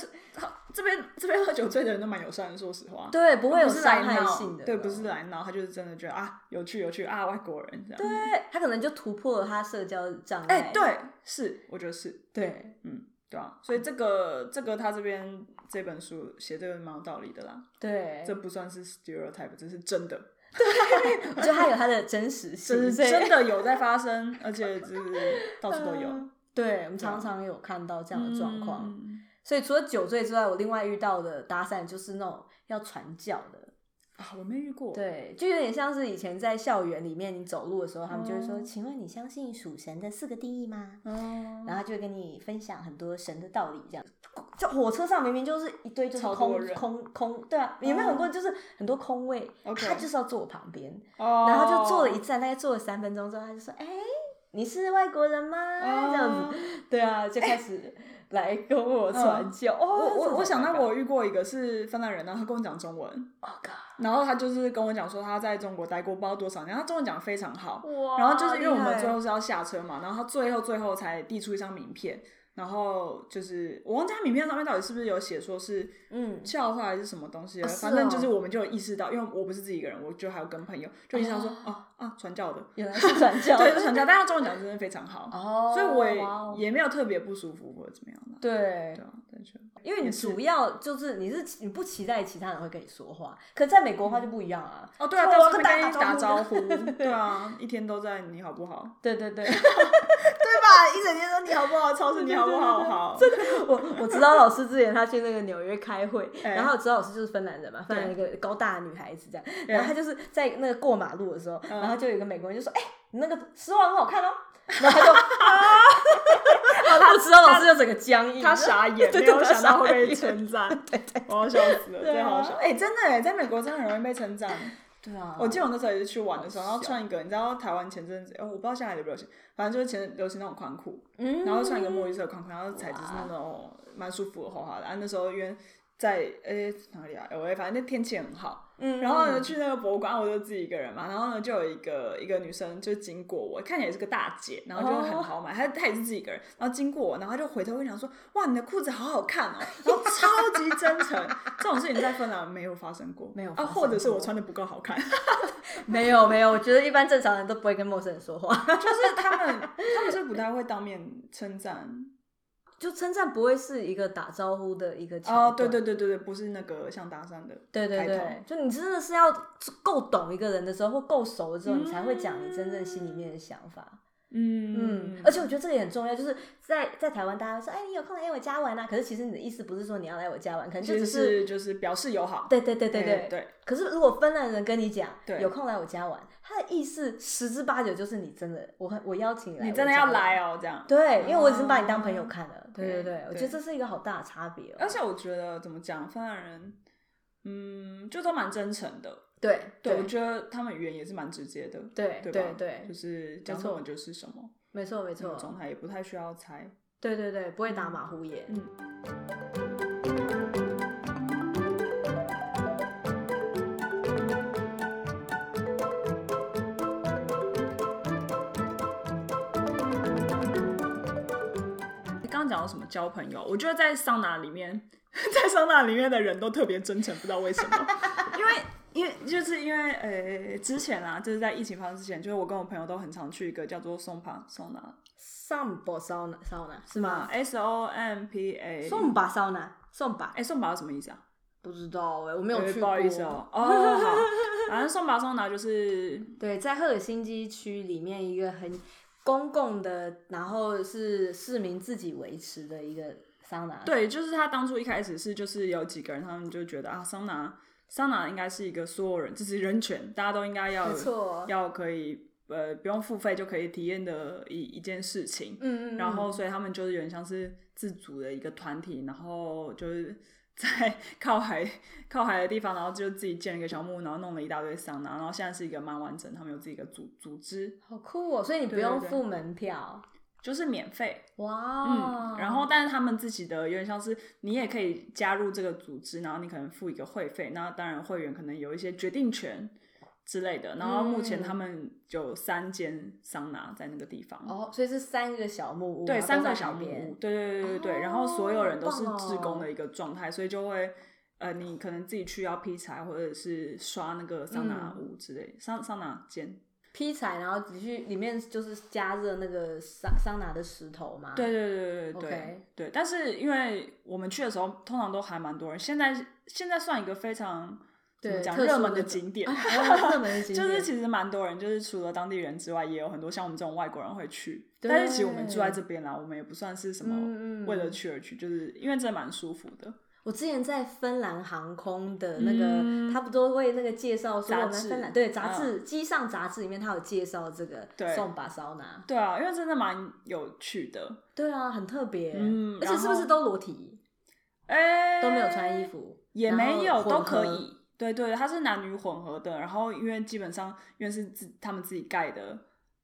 S1: 这边这边喝酒醉的人都蛮友善的，说实话，
S2: 对，
S1: 不
S2: 不会有
S1: 是来
S2: 伤害
S1: 闹
S2: 性的，
S1: 对，不是来闹，他就是真的觉得啊有趣有趣啊外国人这样，对，
S2: 对他可能就突破了他社交障碍。
S1: 哎、对，是，我觉得是，
S2: 对，
S1: 嗯，对啊，所以这个这个他这边这本书写这个蛮有道理的啦，
S2: 对，
S1: 这不算是 stereotype，这是真的。
S2: 我觉得它有它的真实性，
S1: 这是
S2: 所以
S1: 真的有在发生，而且就是到处都有
S2: 嗯对，我们
S1: 对啊
S2: 常常有看到这
S1: 这
S2: 样的状况。所以除了酒醉之外，我另外遇到的搭讪就是那种要传教的，
S1: 啊，我没遇过。，
S2: 对，就有点像是以前在校园里面你走路的时候，他们就会说：“
S1: 哦
S2: 请问你相信属神的四个定义吗？”
S1: 哦
S2: 然后他就会跟你分享很多神的道理，这样。就火车上明明就是一堆就是
S1: 超多
S2: 空
S1: 人
S2: 空空，对啊，有没有很多就是很多空位，
S1: OK
S2: 他就是要坐我旁边，
S1: 哦
S2: 然后就坐了一站，大概坐了三分钟之后，他就说：“哎、你是外国人吗？”
S1: 哦
S2: 这样子，
S1: 子。
S2: 对啊，就开 始来跟我传教。哦，
S1: 我我我想到
S2: 我
S1: 我遇过一个是芬兰人，然后他跟我讲中文，
S2: ，Oh God，
S1: 然后他就是跟我讲说他在中国待过不知道多少年，他中文讲得非常好。
S2: 哇
S1: 然后就是因为我们最
S2: 厉害
S1: 后是要下车嘛，然后他最后最后才递出一张名片，然后就是我忘记他名片上面到底是不是有写说是
S2: 嗯，
S1: 教会还是什么东西了，
S2: 哦是哦
S1: 反正就是我们就有意识到，因为我不是自己一个人，我就还有跟朋友，就意识到说，哦啊，传教的，
S2: 原来是传教，
S1: 对，传教，但他中文讲得真的非常好，
S2: 哦，
S1: 所以我也、
S2: 哇哦
S1: 也没有特别不舒服或者怎么样的，
S2: 对
S1: 对，啊，但是
S2: 因为你
S1: 也是
S2: 主要就是你是你不期待其他人会跟你说话，可在美国的话就不一样啊。
S1: 哦对啊，
S2: 就
S1: 到
S2: 我要
S1: 处跟
S2: 跟大
S1: 你
S2: 家
S1: 打招
S2: 招
S1: 呼， 对啊，一天都在你好不好？
S2: 对 对 对，
S1: 对吧？一整天说你好不好，超市你好不好？好，真的
S2: 我我指导老师之前他去那个纽约开会，
S1: 哎
S2: 然后指导老师就是芬兰人嘛，芬兰一个高大的女孩子这样，然后她就是在那个过马路的时候，
S1: 嗯
S2: 然后就有一个美国人就说：“哎、你那个丝袜很好看哦。”然 后他就啊，然后他指导老师就整个僵硬，
S1: 他傻眼，没
S2: 对对
S1: 有
S2: 他
S1: 想到会
S2: 傻
S1: 被
S2: 眼
S1: 称赞， 我要笑死了，
S2: 对啊
S1: 真的好笑，哎，真的哎，在美国真的很容易被称赞。
S2: 对啊，
S1: 我记得我那时候也是去玩的时候，然后
S2: 好笑
S1: 穿一个，你知道台湾前阵子，哦，我不知道现在流不流行，反正就是前流行那种宽裤，
S2: 嗯
S1: 然后穿一个墨绿色的宽裤，然后材质是那种蛮舒服的滑滑的。啊，那时候因为在诶、哪里啊？LA，反正那天气很好。
S2: 嗯
S1: 然后呢，去那个博物馆，我就自己一个人嘛。然后呢，就有一个一个女生就经过我，看起来也是个大姐，然后就
S2: 哦
S1: 很好买。她她也是自己一个人，然后经过我，然后她就回头跟我讲说：“哇，你的裤子好好看哦。”然后超级真诚，这种事情在芬兰没有发生过，
S2: 没有发
S1: 啊，
S2: 生
S1: 或者是我
S2: 过
S1: 穿的不够好 看。
S2: 没有没有，我觉得一般正常人都不会跟陌生人说话，
S1: 就是他 们，他们是不太会当面称赞。
S2: 就称赞不会是一个打招呼的一个桥
S1: 哦，对
S2: 段
S1: 对对对对，不是那个像搭讪的
S2: 对对
S1: 开头
S2: 对，就你真的是要够懂一个人的时候，或够熟了之后，你才会讲你真正心里面的想法。
S1: 嗯
S2: 嗯，而且我觉得这个也很重要，就是在在台湾，大家会说，哎，你有空来我家玩啊。可是其实你的意思不是说你要来我家玩，可能
S1: 其
S2: 就只
S1: 实
S2: 是
S1: 是就是表示友好。
S2: 对对对对
S1: 哎
S2: 对。
S1: 对，
S2: 可是如果芬兰人跟你讲
S1: 对
S2: 有空来我家玩，他的意思十之八九就是你真的，我很我邀请你来，
S1: 你真的要来。哦，这样。
S2: 对，因为我已经把你当朋友看了。对
S1: 对
S2: 对对，我觉
S1: 对
S2: 得
S1: 呃
S2: 这是一个好大的差别哦。
S1: 而且我觉得怎么讲，芬兰人，嗯，就都蛮真诚的。
S2: 对
S1: 对，我
S2: 对
S1: 觉得他们语言也是蛮直接的。
S2: 对
S1: 对
S2: 对
S1: 吧
S2: 对
S1: 就，是讲
S2: 没
S1: 什
S2: 错嗯
S1: 么就是什么，
S2: 没错没
S1: 这种
S2: 错，
S1: 状态也不太需要猜。
S2: 对对对，不会打马虎眼。
S1: 嗯你刚刚讲到什么交朋友？我觉得在桑拿里面，在桑拿里面的人都特别真诚，不知道为什么， 因为。因为就是因为呃，之前啊，就是在疫情发生之前，就是我跟我朋友都很常去一个叫做松帕松拿
S2: 上把烧呢烧呢是
S1: 是吗？？S 哎 O M P A
S2: 送吧烧呢送吧
S1: 哎、欸，送拔什么意思啊？
S2: 不知道哎、我没
S1: 没
S2: 有去
S1: 不
S2: 过。
S1: 好意思哦。哦，好，反正送拔送拿就是
S2: 对，在赫尔辛基区里面一个很公共的，然后是市民自己维持的一个桑拿。
S1: 对，就是他当初一开始是就是有几个人，他们就觉得啊，桑拿桑拿应该是一个所有人，这是人权，大家都应该要
S2: 没错，
S1: 要可以呃不用付费就可以体验的一一件事情。
S2: 嗯嗯，
S1: 然后，
S2: 嗯
S1: 所以他们就是有点像是自主的一个团体，然后就是在 靠海靠海的地方，然后就自己建了一个小木屋，然后弄了一大堆桑拿，然后现在是一个蛮完整，他们有自己的组组织，
S2: 好酷哦，所以你不
S1: 对对
S2: 用
S1: 对
S2: 付门票，
S1: 就是免费。
S2: 哇，哦
S1: 嗯，然后但是他们自己的有点像是你也可以加入这个组织，然后你可能付一个会费，那当然会员可能有一些决定权之类的。然后目前
S2: 嗯
S1: 他们有三间桑拿在那个地方，
S2: 哦，所以是三个小木屋，
S1: 对，
S2: 然后
S1: 三
S2: 都在
S1: 个小
S2: 海
S1: 木
S2: 边哦
S1: 屋，对对对对对，然后所有人都是志工的一个状态，所以就会。呃，你可能自己去要劈柴，或者是刷那个桑拿
S2: 嗯
S1: 屋之类，桑桑拿间，
S2: 劈柴，然后你去里面就是加热那个桑桑拿的石头嘛。
S1: 对，对对对对
S2: OK
S1: 对，但是因为我们去的时候，通常都还蛮多人。现在现在算一个非常怎么
S2: 对
S1: 讲
S2: 特殊
S1: 热门
S2: 的
S1: 的景 点，
S2: 哦 热门的景点
S1: 就是其实蛮多人，就是除了当地人之外，也有很多像我们这种外国人会去。但是其实我们住在这边啦，我们也不算是什
S2: 嗯嗯
S1: 么为了去而去，就是因为真的蛮舒服的。
S2: 我之前在芬兰航空的那个，
S1: 嗯
S2: 他不都会那个介绍说
S1: 杂
S2: 我们
S1: 志嗯
S2: 芬兰对杂志、机上杂志里面，他有介绍这个
S1: 对
S2: 送把桑拿，
S1: 对啊，因为真的蛮有趣的。
S2: 对啊，很特别，
S1: 嗯
S2: 而且是不是都裸体，
S1: 哎、
S2: 都没有穿衣，服，
S1: 也
S2: 然后
S1: 没有，都
S2: 混合
S1: 可以。对对，它是男女混合的，然后因为基本上因为是自他们自己盖的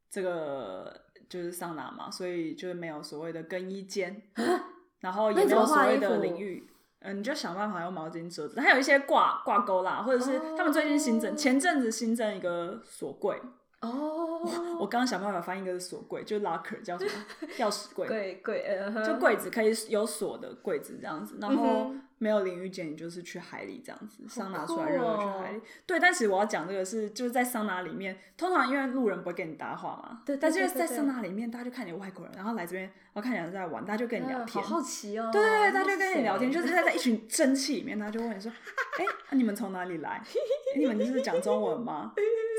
S1: 这个就是桑拿嘛，所以就是没有所谓的更衣 间，然后
S2: 那
S1: 也
S2: 你
S1: 没
S2: 怎么
S1: 有所
S2: 换
S1: 谓
S2: 衣
S1: 的
S2: 服
S1: 淋浴。嗯，你就想办法用毛巾遮着，它有一些挂挂钩啦，或者是他们最近新增
S2: 哦
S1: 前阵子新增一个锁柜，
S2: 哦，
S1: 我刚刚想办法翻译一个锁柜，就是 locker 叫什 么钥匙柜，
S2: 贵贵呃呵，
S1: 就柜子可以有锁的柜子这样子，然后
S2: 嗯
S1: 没有淋浴间，你就是去海里这样子，桑拿
S2: 酷
S1: 出来热了去
S2: 哦
S1: 海里。对，但其实我要讲这个是，就是在桑拿里面，通常因为路人不会跟你搭话嘛，
S2: 对对
S1: 但是因为
S2: 对对
S1: 在
S2: 对
S1: 桑拿里面，大家就看你外国人，然后来这边，然后看你在玩，大家就跟你聊
S2: 嗯
S1: 天。
S2: 好好奇哦，
S1: 对对对，大家就跟你聊天，
S2: 是谁
S1: 就是在在一群蒸汽里面，他就问你说：“哎、你们从哪里来？ 哎你们是讲中文吗？”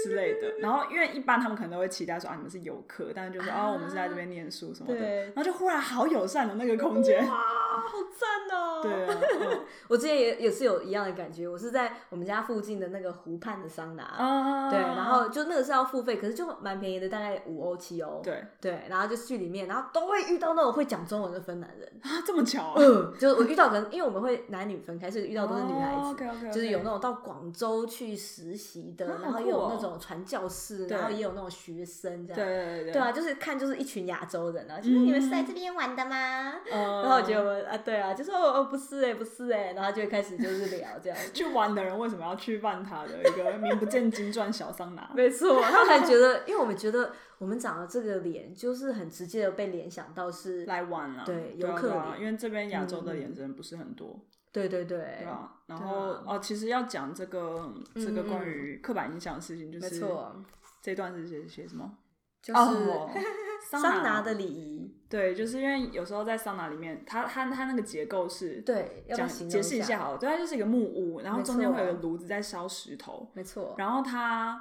S1: 之类的。然后因为一般他们可能都会期待说啊，你们是游客，但是就是
S2: 啊
S1: 哦，我们是来这边念书什么的。
S2: 对
S1: 然后就忽然好友善的那个空间，
S2: 哇，好赞哦！
S1: 对啊，
S2: 我之前也也是有一样的感觉，我是在我们家附近的那个湖畔的桑拿，
S1: 啊
S2: 对，然后就那个是要付费，可是就蛮便宜的，大概五欧七欧，
S1: 对
S2: 对，然后就去里面，然后都会遇到那种会讲中文的芬兰人，
S1: 啊，这么巧、啊，
S2: 嗯，就是我遇到可能因为我们会男女分开，所以遇到都是女孩子。
S1: OK OK，
S2: 就是有那种到广州去实习的，
S1: 啊好
S2: 然后
S1: 酷
S2: 也有
S1: 哦
S2: 那种传教士，
S1: 对
S2: 然后也有那种学生这
S1: 对
S2: 样。
S1: 对对
S2: 对啊，，就是看就是一群亚洲人啊，就是你们是在
S1: 嗯
S2: 这边玩的吗？
S1: 呃
S2: 然后我觉得我啊，对啊，就说哦哦不是哎、不是哎、然后就会开始就是聊这样。
S1: 去玩的人为什么要去办他的一个名不见经传小桑拿？
S2: 没 错，他们还觉得，因为我们觉得我们长得这个脸，就是很直接的被联想到是，
S1: 来玩啊，
S2: 对
S1: 对
S2: 游
S1: 啊
S2: 客
S1: 对啊，
S2: 脸
S1: 因为这边亚洲的
S2: 嗯嗯
S1: 脸真的不是很多。
S2: 对对对，
S1: 对啊，然
S2: 对
S1: 后
S2: 啊嗯
S1: 哦，其实要讲这个这个关于刻板印象的事情，就
S2: 没
S1: 是
S2: 错，
S1: 这段是写写什么？
S2: 就是、
S1: 哦，
S2: 桑拿
S1: 拿
S2: 的礼仪，
S1: 对，就是因为有时候在桑拿里面，它它它那个结构是
S2: 对，要不
S1: 讲
S2: 要形容
S1: 解释一下好了，对，它就是一个木屋，然后
S2: 没
S1: 中间会有
S2: 错
S1: 个炉子在烧石头，
S2: 没错，
S1: 然后它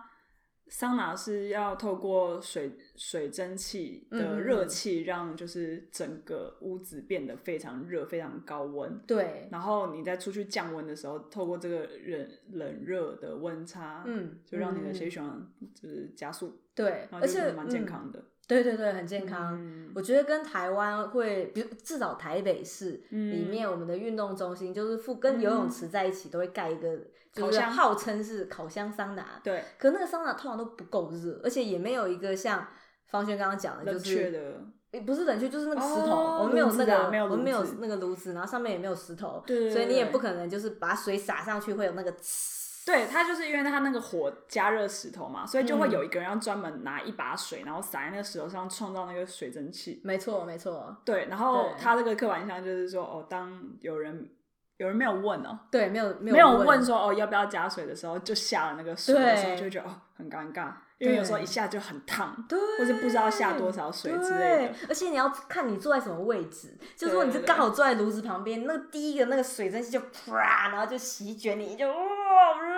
S1: 桑拿是要透过水水蒸气
S2: 嗯嗯
S1: 的
S2: 嗯
S1: 热气，让就是整个屋子变得非常热、非常高温，
S2: 对，
S1: 然后你在出去降温的时候，透过这个冷冷热的温差，，
S2: 嗯，
S1: 就让你的
S2: 嗯
S1: 血液循环就是加速，
S2: 对，
S1: 然后
S2: 而
S1: 哦就
S2: 且
S1: 是蛮健、康的。
S2: 嗯，对对对，很健康。
S1: 嗯，
S2: 我觉得跟台湾会，比如至少台北市、
S1: 嗯
S2: 里面，我们的运动中心就是附跟游泳池在一起，都会盖一个，就
S1: 烤
S2: 是
S1: 箱
S2: 号称是烤箱桑拿，
S1: 对
S2: 可那个桑拿通常都不够热，而且也没有一个像方轩刚刚讲的，
S1: 冷
S2: 就
S1: 却
S2: 是
S1: 的，
S2: 诶不是冷却，就是那个石头，
S1: 哦
S2: 我们没有
S1: 炉子
S2: 那
S1: 啊
S2: 个，
S1: 没有
S2: 我们没有
S1: 炉子
S2: 那个炉子，然后上面也没有石头，
S1: 对对对
S2: 所以你也
S1: 对
S2: 不可能就是把水洒上去会有那个呲，
S1: 对，它就是因为它那个火加热石头嘛，所以就会
S2: 嗯
S1: 有一个人要专门拿一把水，然后洒在那个石头上，创造那个水蒸气。
S2: 没错没错，
S1: 对，然后
S2: 对
S1: 他这个刻板印象就是说，哦，当有人有人没有问哦，
S2: 对，没有没有
S1: 没有
S2: 问
S1: 问说哦要不要加水的时候，就下了那个水的时候，
S2: 对
S1: 就会觉得哦很尴尬，因为有时候一下就很烫，
S2: 对
S1: 或是不知道下多少水之类
S2: 对
S1: 的。，
S2: 而且你要看你坐在什么位置，就如果你是
S1: 对对对
S2: 刚好坐在炉子旁边，那个第一个那个水蒸气就啪，然后就席卷你，就哇好热，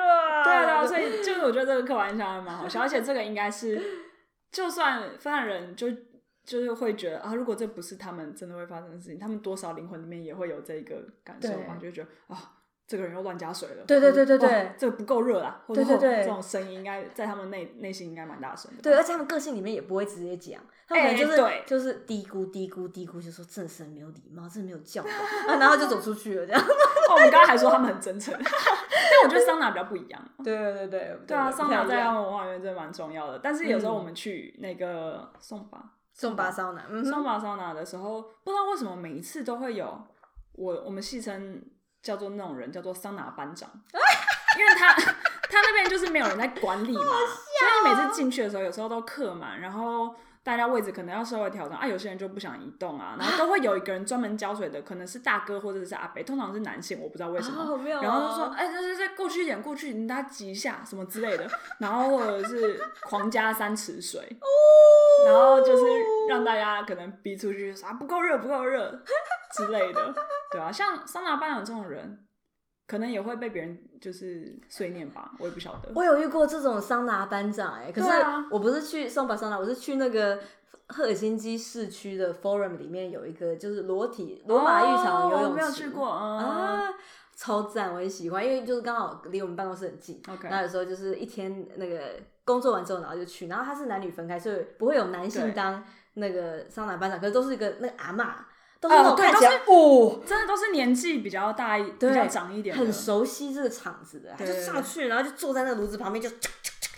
S1: 对啊，对啊，
S2: 以
S1: 所 以就是我觉得这个刻板印象还蛮好笑，而且这个应该是，就算芬兰人就就是会觉得啊，如果这不是他们真的会发生的事情，他们多少灵魂里面也会有这一个感受吧，
S2: 对
S1: 就会觉得啊、这个人又乱加水了，
S2: 对对对对
S1: 或者
S2: 对
S1: 哇这个不够热啊啦，或者
S2: 对对
S1: 或者
S2: 对
S1: 这种声音应该在他们内内心应该蛮大声的吧，
S2: 对，而且他们个性里面也不会直接讲，他们可能
S1: 哎
S2: 就是、
S1: 对
S2: 就是嘀咕嘀咕嘀咕，就说真是很没有礼貌，真的没有教养、啊，然后就走出去了这样。
S1: 哦，我们刚刚还说他们很真 诚，但我觉得桑拿比较不一样。
S2: 对对对对，
S1: 对啊，
S2: 不
S1: 桑
S2: 太
S1: 拿
S2: 一
S1: 在
S2: 样
S1: 他们文化里面真的蛮重要的。但是有时候
S2: 嗯
S1: 我们去那个宋巴
S2: 送巴桑拿，嗯哼，
S1: 松巴桑拿的时候，不知道为什么每一次都会有我我们戏称叫做那种人叫做桑拿班 长，因为他他那边就是没有人在管理嘛，
S2: 哦
S1: 所以你每次进去的时候，有时候都客满，然后。大家位置可能要稍微调整啊，有些人就不想移动啊，然后都会有一个人专门浇水的，可能是大哥或者是阿伯，通常是男性，我不知道为什么，
S2: 哦没有
S1: 然后就说
S2: 哦，
S1: 哎、这这这，过去一点，过去，你大家挤一下什么之类的，然后或者是狂加三尺水，
S2: 哦
S1: 然后就是让大家可能逼出去啊啥不够热，不够热之类的，对啊，像桑拿班长这种人，可能也会被别人就是碎念吧，我也不晓得。
S2: 我有遇过这种桑拿班长哎、可是
S1: 对啊
S2: 我不是去送巴桑拿，我是去那个。赫尔辛基市区的 forum 里面有一个就是裸体罗马浴
S1: 哦
S2: 场游
S1: 我
S2: 泳
S1: 没有
S2: 池，
S1: 去过啊。
S2: 啊，超赞，我也喜欢，因为就是刚好离我们办公室很近。
S1: OK 啊
S2: 然后有时候就是一天那个工作完之后，然后就去，然后他是男女分开，所以不会有男性
S1: 对
S2: 当那个桑拿班长，可是都是一个那个阿嬷，都是那种
S1: 哦对
S2: 看起来哦。
S1: 真的都是年纪比较大一、比
S2: 对
S1: 较长一点的，
S2: 很熟悉这个场子的，他
S1: 对
S2: 就上去，然后就坐在那个炉子旁边，就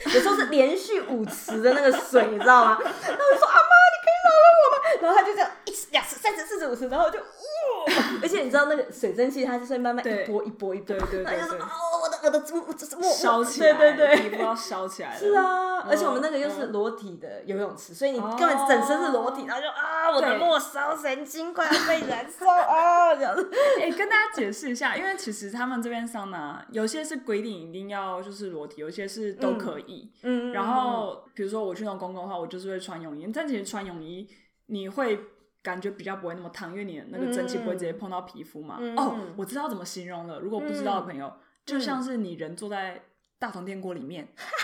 S2: 有时候是连续舞池的那个水，你知道吗？然后我就说阿妈，你可以饶了我吗？然后他就这样一次、两次、三次、四次、五次，然后我就哇！ 而且你知道那个水蒸气，它就是会慢慢
S1: 对
S2: 一波一波一波，
S1: 对对对
S2: 然后就
S1: 对
S2: 说哦，我的我的我我这是我
S1: 烧起来，
S2: 对对
S1: 皮
S2: 对。
S1: 肤要烧起来了。
S2: 是啊，而且我们那个又是
S1: 嗯
S2: 裸体的游泳池，所以你根本整身是裸体，
S1: 哦
S2: 然后就啊，我的
S1: 对
S2: 末梢神经快要被燃烧啊，这样子。
S1: 哎、跟大家解释一下，因为其实他们这边桑拿有些是规定一定要就是裸体，有些是都可以。
S2: 嗯
S1: 然后比如说我去那种公共的话，我就是会穿泳衣，但其实穿泳衣你会感觉比较不会那么烫，因为你的那个蒸汽不会直接碰到皮肤嘛。
S2: 嗯嗯
S1: 哦，我知道怎么形容了，如果不知道的朋友，就像是你人坐在大同电锅里面。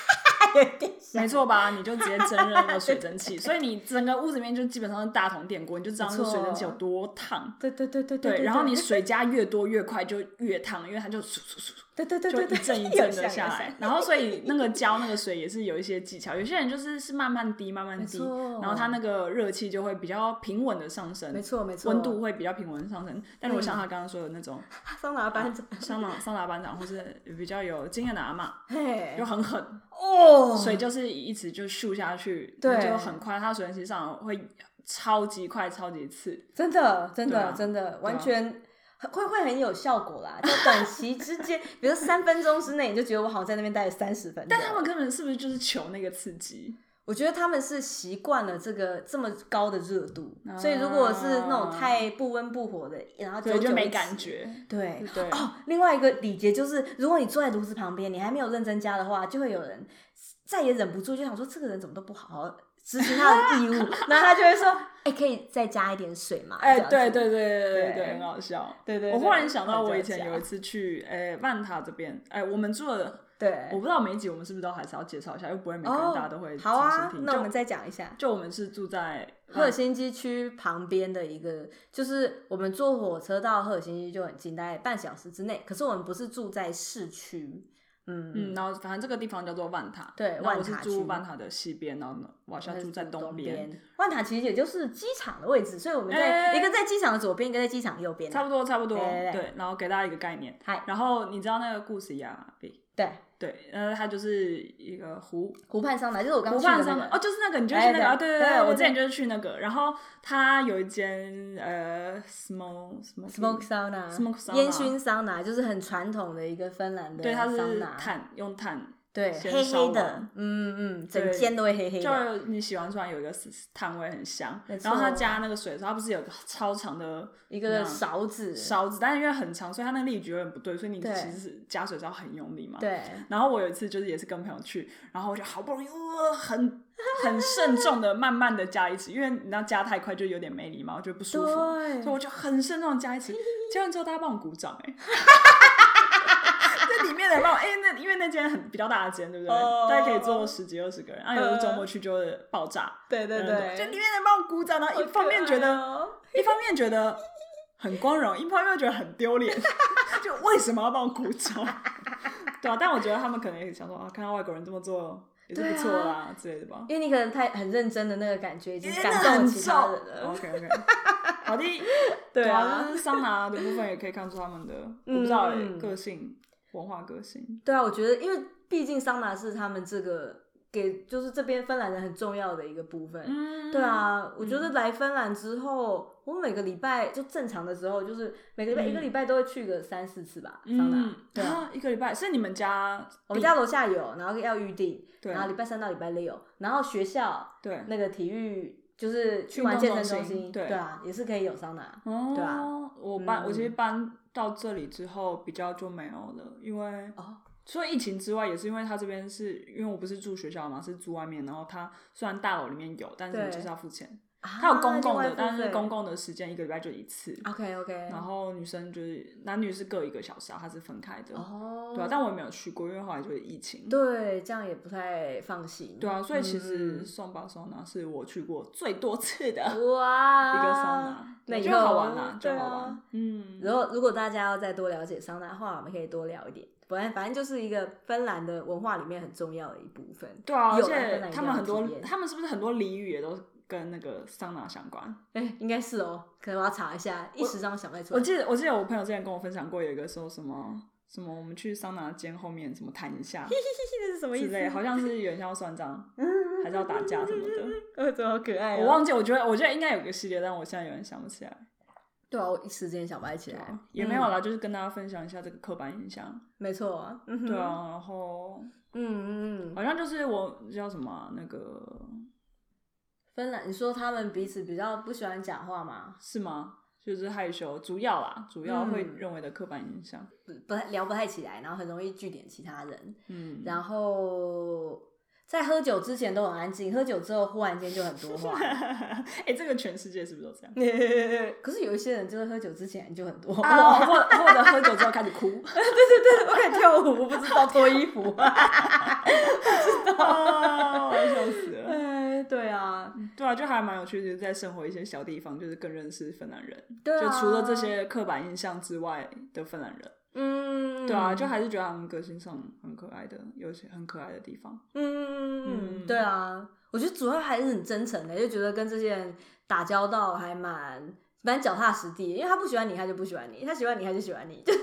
S2: 有点像
S1: 没错吧？你就直接蒸热那个水蒸气，所以你整个屋子里面就基本上是大同电锅，你就知道那个水蒸气有多烫。
S2: 对对对对
S1: 嗯对，然后你水加越多越快就越烫，因为它就嗖嗖嗖
S2: 对对对
S1: 就
S2: 对
S1: 一
S2: 对
S1: 阵一
S2: 有
S1: 阵的
S2: 像
S1: 下
S2: 有
S1: 来
S2: 像。
S1: 然后所 以那个浇那个水也是有一些技巧，有些人就是是慢慢滴慢慢滴
S2: 没错，
S1: 然后它那个热气就会比较平稳的上升，
S2: 没错没错，嗯啊
S1: 温度会比较平稳地上升。但如果像他刚刚说的那种
S2: 桑拿班长，
S1: 桑拿桑拿班长或是比较有经验的阿嬷，
S2: 嘿
S1: 就很狠，
S2: 哦，
S1: 水就是一直就咻下去，
S2: 对
S1: 就很快，它水蒸气上会超级快，超级刺。
S2: 真的真
S1: 对
S2: 的
S1: 啊
S2: 真的完全。很会会很有效果啦，就短期之间，比如说三分钟之内，你就觉得我好像在那边待了三十分钟。
S1: 但他们根本是不是就是求那个刺激？
S2: 我觉得他们是习惯了这个这么高的热度，
S1: 啊
S2: 所以如果是那种太不温不火的，然后久
S1: 对，
S2: 久
S1: 就没
S2: 一起
S1: 感。觉。
S2: 对
S1: 对
S2: 哦，另外一个礼节就是，如果你坐在炉子旁边，你还没有认真加的话，就会有人再也忍不住就想说，这个人怎么都不好好执行他 的义务，然后他就会说，哎、可以再加一点水嘛？
S1: 哎、
S2: 这样子
S1: 对对对对对对，
S2: 对
S1: 很好笑。
S2: 对对，
S1: 我
S2: 对
S1: 忽然想到，我以
S2: 这
S1: 前
S2: 样
S1: 有一
S2: 讲
S1: 次去哎曼塔这边，哎、我们住的，我
S2: 对
S1: 不知道每一集我们是不是都还是要介绍一下，又不会每个人
S2: 哦
S1: 大家都会重
S2: 好啊
S1: 新，听。
S2: 那我
S1: 就
S2: 们再讲一下。
S1: 就我们是住在
S2: 赫尔辛基区旁边的一个，就是我们坐火车到赫尔辛基就很近，大概半小时之内。可是我们不是住在市区，嗯，
S1: 嗯，然后反正这个地方叫做万塔，
S2: 对
S1: 然后我
S2: 万
S1: 是
S2: 塔
S1: 住
S2: 区
S1: 万塔的西边，然后呢，瓦夏住在
S2: 东
S1: 边，。
S2: 万塔其实也就是机场的位置，所以我们在、
S1: 哎
S2: 一个在机场的左边，一个在机场的右边
S1: 差
S2: 啊。
S1: 不多差不多，
S2: 对对对
S1: 对。然后给大家一个概念，
S2: 嗨，
S1: 然后你知道那个故事呀，对
S2: 对，
S1: 对，呃，它就是一个湖
S2: 湖畔桑拿就是我刚
S1: 不
S2: 去
S1: 换
S2: 的
S1: 上
S2: 那
S1: 的
S2: 个。
S1: 哦，就是那个，你就
S2: 哎
S1: 去那个，啊
S2: 对
S1: 对
S2: 对
S1: 对
S2: 对
S1: 我之
S2: 对
S1: 前就是去那个，然后它有一间呃，smoke smoke
S2: Smoke sauna，
S1: 哦 Smoke sauna
S2: 烟熏桑拿就是很传统的一个芬兰的
S1: 对，它
S2: 桑
S1: 是
S2: 拿，
S1: 碳，用碳，
S2: 对，
S1: 先
S2: 黑
S1: 烧
S2: 黑的
S1: 完，
S2: 嗯嗯，整
S1: 对
S2: 间都会黑黑的，
S1: 就你洗完出来有一个碳味很香
S2: 没，
S1: 然后它
S2: 错
S1: 加那个水的时候，它不是有个超长的
S2: 一
S1: 那
S2: 个
S1: 样
S2: 勺子，
S1: 勺子，但是因为很长，所以它那个力矩有点不对，所以你
S2: 对
S1: 其实是加水是要很用力嘛。
S2: 对，
S1: 然后我有一次就是也是跟朋友去，然后我就好不容易，呃、很很慎重的慢慢的加一匙，因为你知道加太快就有点没礼貌，就不舒服，
S2: 对
S1: 所以我就很慎重的加一 匙，加完之后大家帮我鼓掌、欸， 那里面的人帮我，哎、那因为那间很比较大的间，对不对
S2: 哦
S1: 大概可以坐十几二十个人，啊，有时候周末去就会爆炸，
S2: 对对
S1: 嗯就里面的人帮我鼓掌，然
S2: 啊哦
S1: 后一方面觉得，一方面觉得很光荣，一方面又觉得很丢脸， 就为什么要帮我鼓掌？ 对啊，但我觉得他们可能也想说啊，看到外国人这么做也是不错
S2: 对
S1: 啦、
S2: 啊
S1: 之类的吧。
S2: 因为你可能太很认真的那个感觉已经
S1: 真的
S2: 感动了
S1: 很
S2: 其他
S1: 重哦
S2: 人了。
S1: OK OK，好 的，
S2: 对
S1: 对
S2: 啊
S1: 啊，就是桑拿的部分也可以看出他们的，我不知道、欸、
S2: 嗯
S1: 个性、文化个性。
S2: 对啊，我觉得，因为毕竟桑拿是他们这个给就是这边芬兰人很重要的一个部分。
S1: 嗯
S2: 对，啊，我觉得来芬兰之后，我每个礼拜就正常的时候，就是每个礼拜、
S1: 嗯
S2: 一个礼拜都会去个三四次吧，桑拿
S1: 嗯。，
S2: 对啊，哦
S1: 啊，一个礼拜是你们家，
S2: 我们家楼下有，然后要预定，
S1: 对
S2: 然后礼拜三到礼拜六，然后学校
S1: 对，
S2: 那个体育就是去完
S1: 运
S2: 健
S1: 动
S2: 身
S1: 中
S2: 中
S1: 心
S2: 心，
S1: 对
S2: 对啊，也是可以有桑拿。
S1: 哦，
S2: 对啊，
S1: 我搬、我其实
S2: 嗯
S1: 搬到这里之后比较就没有了，因为
S2: 哦，
S1: 除了疫情之外，也是因为他这边是因为我不是住学校嘛，是住外面，然后他虽然大楼里面有，但是
S2: 对啊
S1: 你就是要付钱，
S2: 它
S1: 它有公共的，但是公共的时间一个礼拜就一次。
S2: OK OK，
S1: 然后女生就是男女是各一个小时啊，它是分开的，
S2: 哦，
S1: 对啊，但我也没有去过，因为后来就是疫情，
S2: 对，这样也不太放心。
S1: 对啊，所以其实
S2: 嗯
S1: 双巴桑拿是我去过最多次的
S2: 哇，
S1: 啊一个桑拿，
S2: 那
S1: 对
S2: 以
S1: 就
S2: 后
S1: 好玩啦，就
S2: 对
S1: 好
S2: 啊
S1: 玩，嗯，
S2: 然后，如果大家要再多了解桑拿的话，我们可以多聊一点。反正反正就是一个芬兰的文化里面很重要的一部分。
S1: 对啊，而
S2: 有来
S1: 且
S2: 芬兰一
S1: 他
S2: 定
S1: 们
S2: 要
S1: 很多
S2: 体，验
S1: 他们是不是很多俚语也都跟那个桑拿相关？
S2: 哎、应该是哦，可能我要查一下，一时让想不太出来。
S1: 我记得我记得我朋友之前跟我分享过，有一个说什么什么，我们去桑拿间后面什么谈一 下
S2: 这是什么意
S1: 之
S2: 思？
S1: 类，好像是有点像要算账，还是要打架什么 的。
S2: 呃， 怎么好可爱、
S1: 我忘记，我觉得我觉得应该有个系列，但我现在有点想不起来。
S2: 对啊，我一时间想不太起
S1: 对
S2: 来
S1: 啊。也没有啦，就是跟大家分享一下这个刻板印象。
S2: 没错啊，嗯哼
S1: 对，啊，然后
S2: 嗯嗯嗯，
S1: 好像就是我叫什么啊、那个
S2: 芬兰，你说他们彼此比较不喜欢讲话吗？
S1: 是吗？就是害羞，主要啦，主要会
S2: 嗯
S1: 认为的刻板印象。
S2: 不不太聊不太起来，然后很容易据点其他人，
S1: 嗯，
S2: 然后在喝酒之前都很安静，喝酒之后忽然间就很 多话。
S1: 哎、这个全世界是不是都这样？
S2: 可是有一些人就是喝酒之前就很多，
S1: 哦，
S2: 话，
S1: 或或者喝酒之后开始哭，
S2: 我敢跳舞，我不知道脱衣服。
S1: 哦，笑死 了。
S2: 哎，对啊，
S1: 对啊，就还蛮有趣，就是在生活一些小地方，就是更认识芬兰人。
S2: 对啊，
S1: 就除了这，些刻板印象之外的芬兰人，
S2: 嗯，
S1: 对啊，就还是觉得他们个性上很可爱的，有些很可爱的地方。
S2: 嗯，
S1: 嗯
S2: 对啊，我觉得主要还是很真诚的，就觉得跟这些人打交道还蛮。蛮脚踏实地，因为他不喜欢你，他就不喜欢你；他喜欢你，他就喜欢你， 就是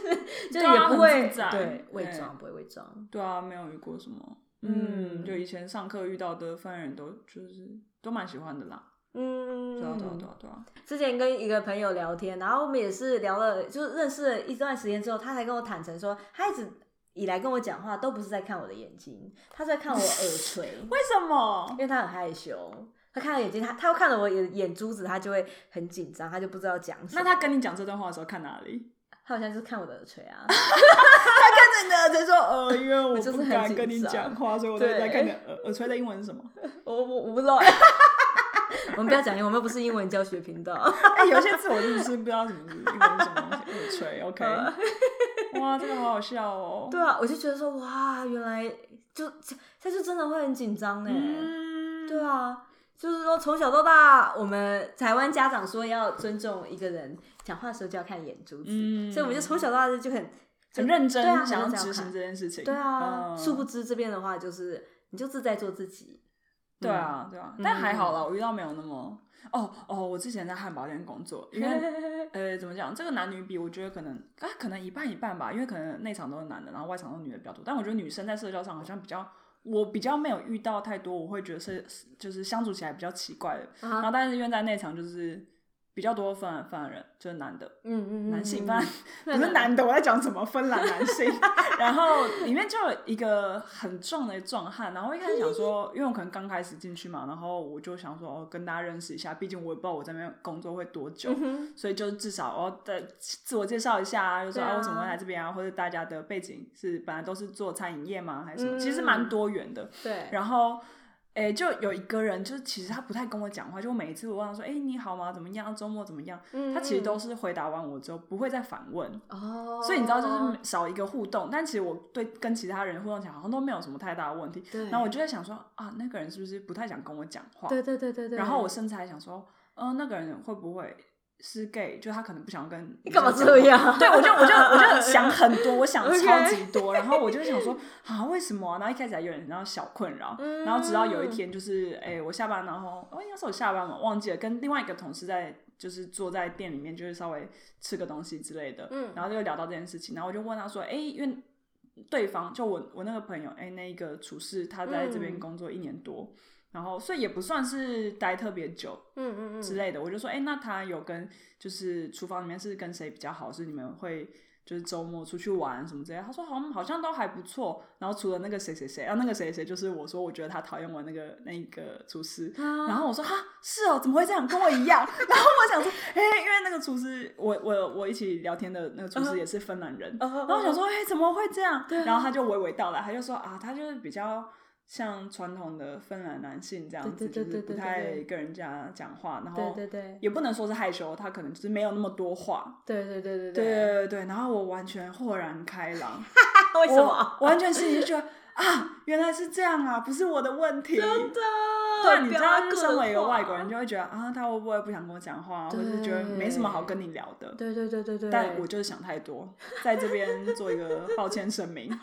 S2: 就
S1: 对啊
S2: 也不
S1: 很
S2: 会
S1: 自在哎
S2: 对伪
S1: 对
S2: 装，不会伪装。
S1: 对啊，没有遇过什么，
S2: 嗯
S1: 嗯，就以前上课遇到的芬兰人都就是都蛮喜欢的啦。
S2: 嗯，
S1: 对啊，对啊，对啊，对啊，
S2: 之前跟一个朋友聊天，然后我们也是聊了，就是认识了一段时间之后，他才跟我坦诚说，他一直以来跟我讲话都不是在看我的眼睛，他在看我耳垂，
S1: 为什么
S2: 因？为他很害羞。他看到眼睛，他他要看了我眼眼珠子，他就会很紧张，他就不知道讲什
S1: 那
S2: 么。
S1: 他跟你讲这段话的时候看哪里？
S2: 他好像就是看我的耳垂啊，
S1: 看着你的耳垂说：“
S2: 哦
S1: 呃，因为 我
S2: 就是
S1: 不
S2: 很
S1: 敢
S2: 紧
S1: 跟你
S2: 张
S1: 讲话，所以我都
S2: 对
S1: 在看你的耳耳垂的英文是什么。”
S2: 我我我不知道。我们不要讲英文，我们不是英文教学频道。
S1: 哎、有些字我真的是不知道什么是英文是什么东西，耳垂，OK。哇，这个好好笑哦。
S2: 对啊，我就觉得说，哇，原来就他就真的会很紧张呢。
S1: 嗯，
S2: 对啊，就是说从小到大，我们台湾家长说要尊重一个人讲话的时候就要看眼珠子，
S1: 嗯
S2: 所以我们就从小到大就很
S1: 很认
S2: 对啊
S1: 真，
S2: 很
S1: 想要
S2: 认真
S1: 执行
S2: 看
S1: 这件事情。
S2: 对啊。
S1: 嗯
S2: 殊不知这边的话就是你就自在做 自己，
S1: 对啊，对啊，但还好
S2: 嗯
S1: 啦，我遇到没有那么。哦哦，我之前在汉堡店工作，因为呃，怎么讲，这个男女比，我觉得可能啊，可能一半一半吧，因为可能内场都是男的，然后外场都是女的比较多。但我觉得女生在社交上好像比较，我比较没有遇到太多，我会觉得是就是相处起来比较奇怪的。
S2: 啊
S1: 然后但是因为在内场就是比较多芬兰芬兰人，就是男的，
S2: 嗯嗯，
S1: 男性，
S2: 嗯
S1: 不 然不是男的，我在讲什么芬兰男 性。然后里面就有一个很壮的壮汉，然后我一开始想 说，因为我可能刚开始进去嘛，然后我就想说，哦，跟大家认识一下，毕竟我也不知道我在那边工作会多久，
S2: 嗯
S1: 所以就至少我要再自我介绍一下啊，就说
S2: 对啊
S1: 啊为什么会来这边啊，或者大家的背景是本来都是做餐饮业吗，还是什么？
S2: 嗯
S1: 其实蛮多元的。
S2: 对，
S1: 然后，诶、就有一个人，就是其实他不太跟我讲话，就每一次我问他说，诶、你好吗？怎么样？周末怎么样？
S2: 嗯
S1: 他其实
S2: 嗯
S1: 都是回答完我之后不会再反问，
S2: 哦，
S1: 所以你知道就是少一个互动。但其实我对跟其他人互动起来好像都没有什么太大的问题。
S2: 对，
S1: 然后我就在想说，啊，那个人是不是不太想跟我讲话？
S2: 对对对对对，
S1: 然后我甚至还想说，嗯、那个人会不会是 gay，就他可能不想跟
S2: 你干嘛这样？
S1: 对，我就我就我 就想很多，我想
S2: OK
S1: 超级多，然后我就想说啊，为什么啊、然后一开始还有点然后小困扰，
S2: 嗯
S1: 然后直到有一天就是，哎、我下班，然后哦，应该是我下班嘛，忘记了，跟另外一个同事在就是坐在店里面，就是稍微吃个东西之类的，
S2: 嗯
S1: 然后就聊到这件事情，然后我就问他说，哎、因为。对方就我我那个朋友，哎、那一个厨师，他在这边
S2: 嗯
S1: 工作一年多，然后所以也不算是待特别久，
S2: 嗯嗯嗯，
S1: 之类的，我就说，哎、那他有跟就是厨房里面是跟谁比较好？是你们会就是周末出去玩什么之类的？他说好，好像都还不错。然后除了那个谁谁谁，啊然后那个谁谁就是我说我觉得他讨厌我那个那一个厨师，
S2: 啊
S1: 然后我说哈是哦，怎么会这样？跟我一样。 然后我想说，哎、因为那个厨师，我我我一起聊天的那个厨师也是芬兰人，
S2: 嗯嗯嗯
S1: 然后我想说，哎、怎么会这样？
S2: 对啊
S1: 然后他就娓娓道来，他就说啊，他就是比较。像传统的芬兰男性这样子，
S2: 对
S1: 就是
S2: 对对
S1: 不
S2: 对对对
S1: 太
S2: 对
S1: 跟人家讲话，然
S2: 对
S1: 后
S2: 对对
S1: 也不能说是害羞，他可能就是没有那么多话。
S2: 对对对对
S1: 对对，对对，然后我完全豁然开朗，
S2: 为 什么？
S1: 我完全心里就觉得啊，原来是这样啊，不是我的问题。
S2: 真的，
S1: 对，你知道，
S2: 不要
S1: 就身为一个
S2: 各话
S1: 外国人，，就会觉得啊，他会不会不想跟我讲话，或者是觉得没什么好跟你聊的。
S2: 对对对对对，
S1: 但我就是想太多，在这边做一个抱歉声明。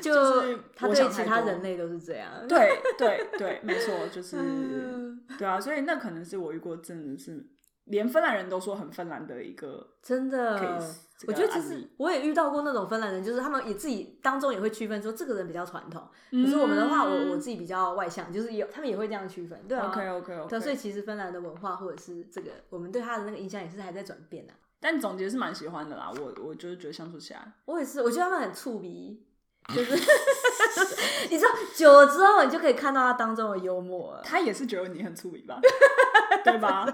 S1: 就是
S2: 就他
S1: 我
S2: 对
S1: 想
S2: 其
S1: 太
S2: 他
S1: 多
S2: 人类都是这 样，
S1: 对对对，没错，就是
S2: 嗯，
S1: 对啊，所以那可能是我遇过真的是连芬兰人都说很芬兰的一个
S2: 真的
S1: case，。这
S2: 我
S1: 个
S2: 觉得其
S1: 案
S2: 实
S1: 例
S2: 我也遇到过那种芬兰人，就是他们也自己当中也会区分说这个人比较传统，可是我们的话，
S1: 嗯
S2: 我我自己比较外向，就是有他们也会这样区分，对啊。
S1: OK OK OK，
S2: 对啊，所以其实芬兰的文化或者是这个我们对他的那个印象也是还在转变啊。
S1: 但总结是蛮喜欢的啦，我我就是觉得相处起来，
S2: 我也是，我觉得他们很触鼻，就是 你知道久了之后，你就可以看到他当中的幽默了。
S1: 他也是觉得你很粗鄙吧， 对吧？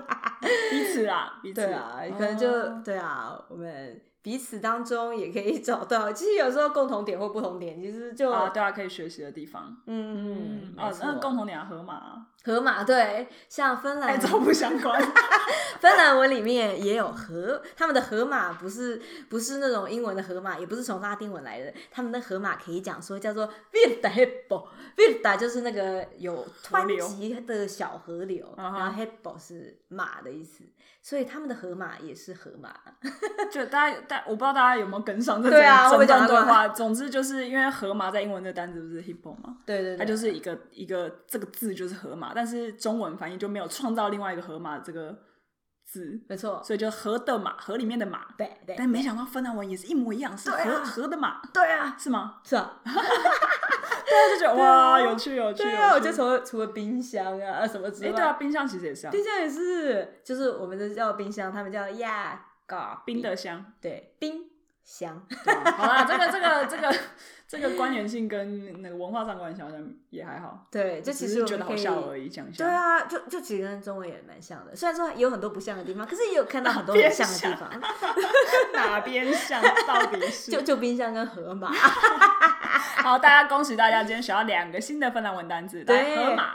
S1: 彼此啦，彼此
S2: 对啊，可能就、
S1: 哦
S2: 对啊，我们彼此当中也可以 找到，其实有时候共同点或不同点，其实就、
S1: 啊，对啊，可以学习的地方。
S2: 嗯嗯
S1: 啊，那共
S2: 同
S1: 同点啊，河马啊，
S2: 河马对，像芬
S1: 哎，
S2: 兰
S1: 这不相 关。
S2: 芬兰文里面也有河，他们的河马不是不是那种英文的河马，也不是从拉丁文来的，他们的河马可以讲说叫做 vilda hippo，vilda 就是那个有湍急的小河流，
S1: 嗯哼
S2: 然后 hippo 是马的意思，所以他们的河马也是河马。
S1: 就大家，大我不知道大家有没有跟上这
S2: 对啊
S1: 整整
S2: 我们讲
S1: 段对
S2: 到
S1: 话。总之就是因为河马在英文的单词不是 hippo 吗？
S2: 对对对，啊
S1: 它就是一个一个这个字就是河马，但是中文翻译就没有创造另外一个河马这个字，
S2: 没错，
S1: 所以就河的马，河里面的马。
S2: 对对
S1: 但没想到芬兰文也是一模一样，是
S2: 对啊
S1: 河河的马，
S2: 对啊，
S1: 是吗？
S2: 是啊，
S1: 对啊，就觉得
S2: 对啊
S1: 哇，有趣有趣。
S2: 对啊，
S1: 有
S2: 我
S1: 趣
S2: 就除了除了冰箱啊什么之
S1: 哎，
S2: 外，
S1: 对啊，冰箱其实也是啊，
S2: 冰箱也是，就是我们的叫冰箱，他们叫亚嘎
S1: 冰的香。
S2: 对冰 箱。
S1: 对啊好啦，这个这个这个这个关联性跟那个文化上关系好像也还好，
S2: 对，就其
S1: 只
S2: 实
S1: 是
S2: 我
S1: 觉得
S2: 们可
S1: 好
S2: 以。
S1: 笑而已，讲一下。
S2: 对啊，就就其实跟中文也蛮像的，虽然说有很多不像的地方，可是也有看到很多
S1: 别
S2: 很像的地
S1: 想
S2: 方，
S1: 哪边像？到 底是？
S2: 就就冰箱跟河 马。
S1: 好，大家恭喜大家今天学到两个新的芬兰文单词，来
S2: 对
S1: 河马、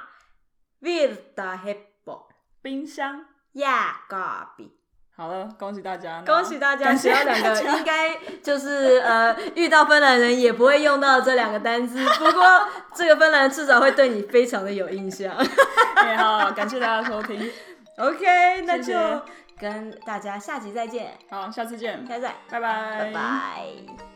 S2: Virta hebo
S1: 冰箱。
S2: 呀嘎比，
S1: 好了，恭喜大家！那
S2: 恭喜大家！
S1: 感
S2: 只
S1: 谢
S2: 要两
S1: 大
S2: 个
S1: 家
S2: 应该就是呃，遇到芬兰人也不会用到这两个单字，不过这个芬兰人至少会对你非常的有印象。
S1: 也好，感谢大家收听，
S2: OK，那
S1: 谢
S2: 就
S1: 谢
S2: 跟大家下集再见，
S1: 好，下次见，
S2: 下次再见，
S1: 拜拜，
S2: 拜拜